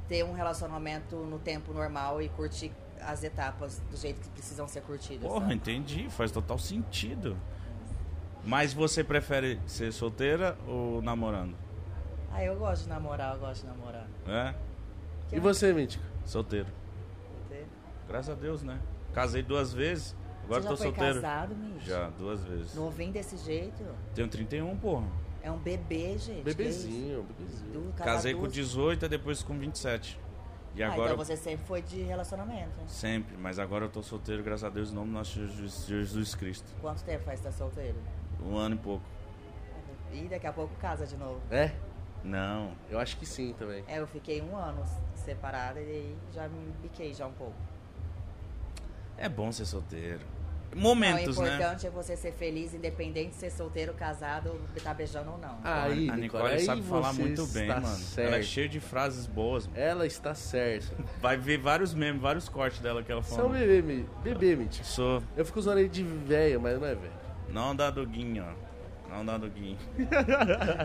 ter um relacionamento no tempo normal e curtir as etapas do jeito que precisam ser curtidas. Porra, sabe? entendi. Faz total sentido. Mas você prefere ser solteira ou namorando? então. Ah, eu gosto de namorar, eu gosto de namorar. É? Que E eu- você, Mítico? Solteiro. Graças a Deus, né? Casei duas vezes, agora você já tô foi solteiro. casado, Micho? Já, duas vezes. Novinho desse jeito? Tenho 31, porra. É um bebê, gente. que Bebezinho, isso? bebezinho. Do casar Casei com duas- 18, aí depois com 27. E Ah, agora então você sempre foi de relacionamento. né? sempre, mas agora eu tô solteiro, graças a Deus, em nome do nosso Jesus, Jesus Cristo. Quanto tempo faz que tá solteiro? Um ano e pouco. E daqui a pouco casa de novo. É? Não. Eu acho que sim também. É, eu fiquei um ano separada e aí já me biquei já um pouco. É bom ser solteiro. Não, Momentos, o né? importante é você ser feliz, independente de ser solteiro, casado, tá beijando ou não. Aí, a Nicole aí sabe falar você muito bem, está mano. certa. Ela é cheia de frases boas. mano. Ela está certa. Vai ver vários memes, vários cortes dela que ela Você é um falou. bebê, Mi- bebê, Mítico. Sou. Eu fico usando ele de velho, mas não é velho. Não dá doguinho, ó. Não dá doguinho.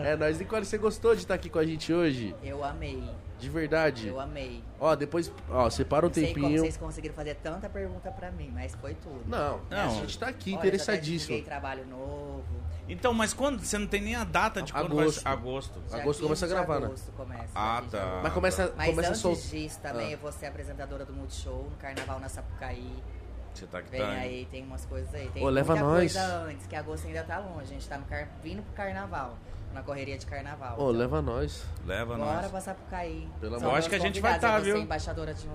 É nóis, Nicole, você gostou de estar aqui com a gente hoje? Eu amei, De verdade? eu amei. Ó, depois, ó, separa um Não sei como tempinho. vocês conseguiram fazer tanta pergunta pra mim, mas foi tudo. Não, Não. a gente tá aqui Olha, interessadíssimo. já até divulguei trabalho novo. Então, mas quando? Você não tem nem a data de quando Agosto. vai ser? Agosto. Dia Agosto começa a 15 de gravar, né? agosto Começa, Ah, dia tá. 15 de Mas começa, agosto. Mas começa antes sol... Ah. disso também eu vou ser apresentadora do Multishow no Carnaval na Sapucaí. Você tá que Vem tá. hein? aí, tem umas coisas aí. Tem Ô, leva muita nós. coisa antes, que agosto ainda tá longe. A gente tá no car... vindo pro carnaval, na correria de carnaval. Ô, Então, leva nós. Leva Bora nós. passar pro Caí. Pelo amor- Eu acho que a gente vai tá, Eu vou viu? ser embaixadora de um,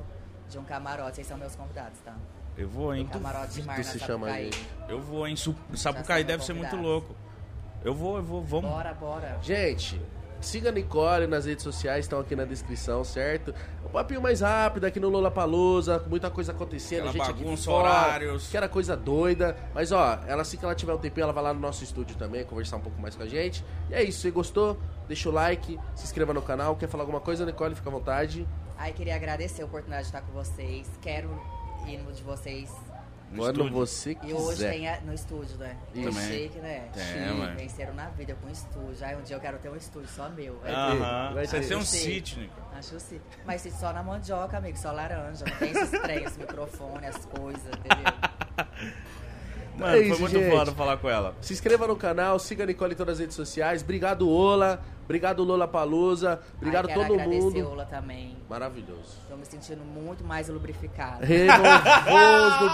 de um camarote. Vocês são meus convidados, tá? Eu vou, hein? Camarote de tá, mar na se chamar Sapucaí. gente. Eu vou, hein? Su- Sapucaí são deve ser muito convidados. louco. Eu vou, eu vou, vamos. Bora, bora. Gente, siga a Nicole nas redes sociais, estão aqui na descrição, certo? Um papinho mais rápido aqui no Lola Palusa, muita coisa acontecendo, Aquela gente aqui bagunça, fora, horários. Que era coisa doida. Mas ó, ela assim que ela tiver um tempinho, ela vai lá no nosso estúdio também, conversar um pouco mais com a gente. E é isso, se gostou, deixa o like, se inscreva no canal. Quer falar alguma coisa, Nicole? Fica à vontade. Aí queria agradecer a oportunidade de estar com vocês. Quero ir no de vocês. No Quando estúdio. você E hoje quiser. tem a- no estúdio, né? Isso. Foi Também. Chique, né? Tem, Chique, mano. venceram na vida com estúdio. Aí um dia eu quero ter um estúdio só meu. Vai Ah, ter. Aham. Vai Você ter. tem um Vai ter. sítio, Nico. Acho sim. Mas se só na mandioca, amigo, só laranja. Não tem esses trem, esse microfone, as coisas, entendeu? Mano, foi isso, muito gente. foda falar com ela. Se inscreva no canal, siga a Nicole em todas as redes sociais. Obrigado, Ola. Obrigado, Lola Palusa. Obrigado Ai, a quero todo agradecer mundo. Ola também. Maravilhoso. Tô me sentindo muito mais lubrificada. Renovou Depois os de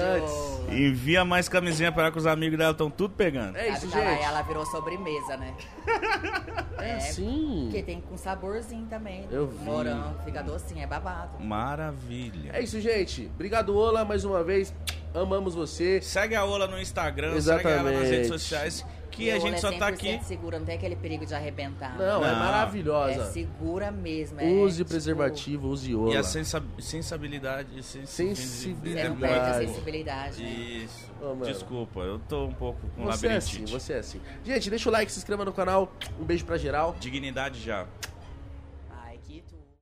lubrificantes. Ola. Envia mais camisinha pra ela que os amigos dela estão tudo pegando. É isso, Sabe, tá lá, gente. ela virou sobremesa, né? É Porque sim. tem com saborzinho também. né? Eu vi. Morango, fica docinho, é babado. Maravilha. É isso, gente. Obrigado, Ola, mais uma vez. Amamos você. Segue a Ola no Instagram, segue ela nas Exatamente. redes sociais, que E a Ola gente é só tá 100% aqui. segura, não tem aquele perigo de arrebentar. Não, é Não. É maravilhosa. segura mesmo. É, Use tipo, preservativo, use Ola. E assim, a sensa- sensibilidade. Sensi... Sensibilidade. Você não perde a É Verdade. sensibilidade, né? Isso. Ô, mano. Desculpa, eu tô um pouco com Você é labirintite. assim, você é assim. Gente, deixa o like, se inscreva no canal. Um beijo pra geral. Dignidade já.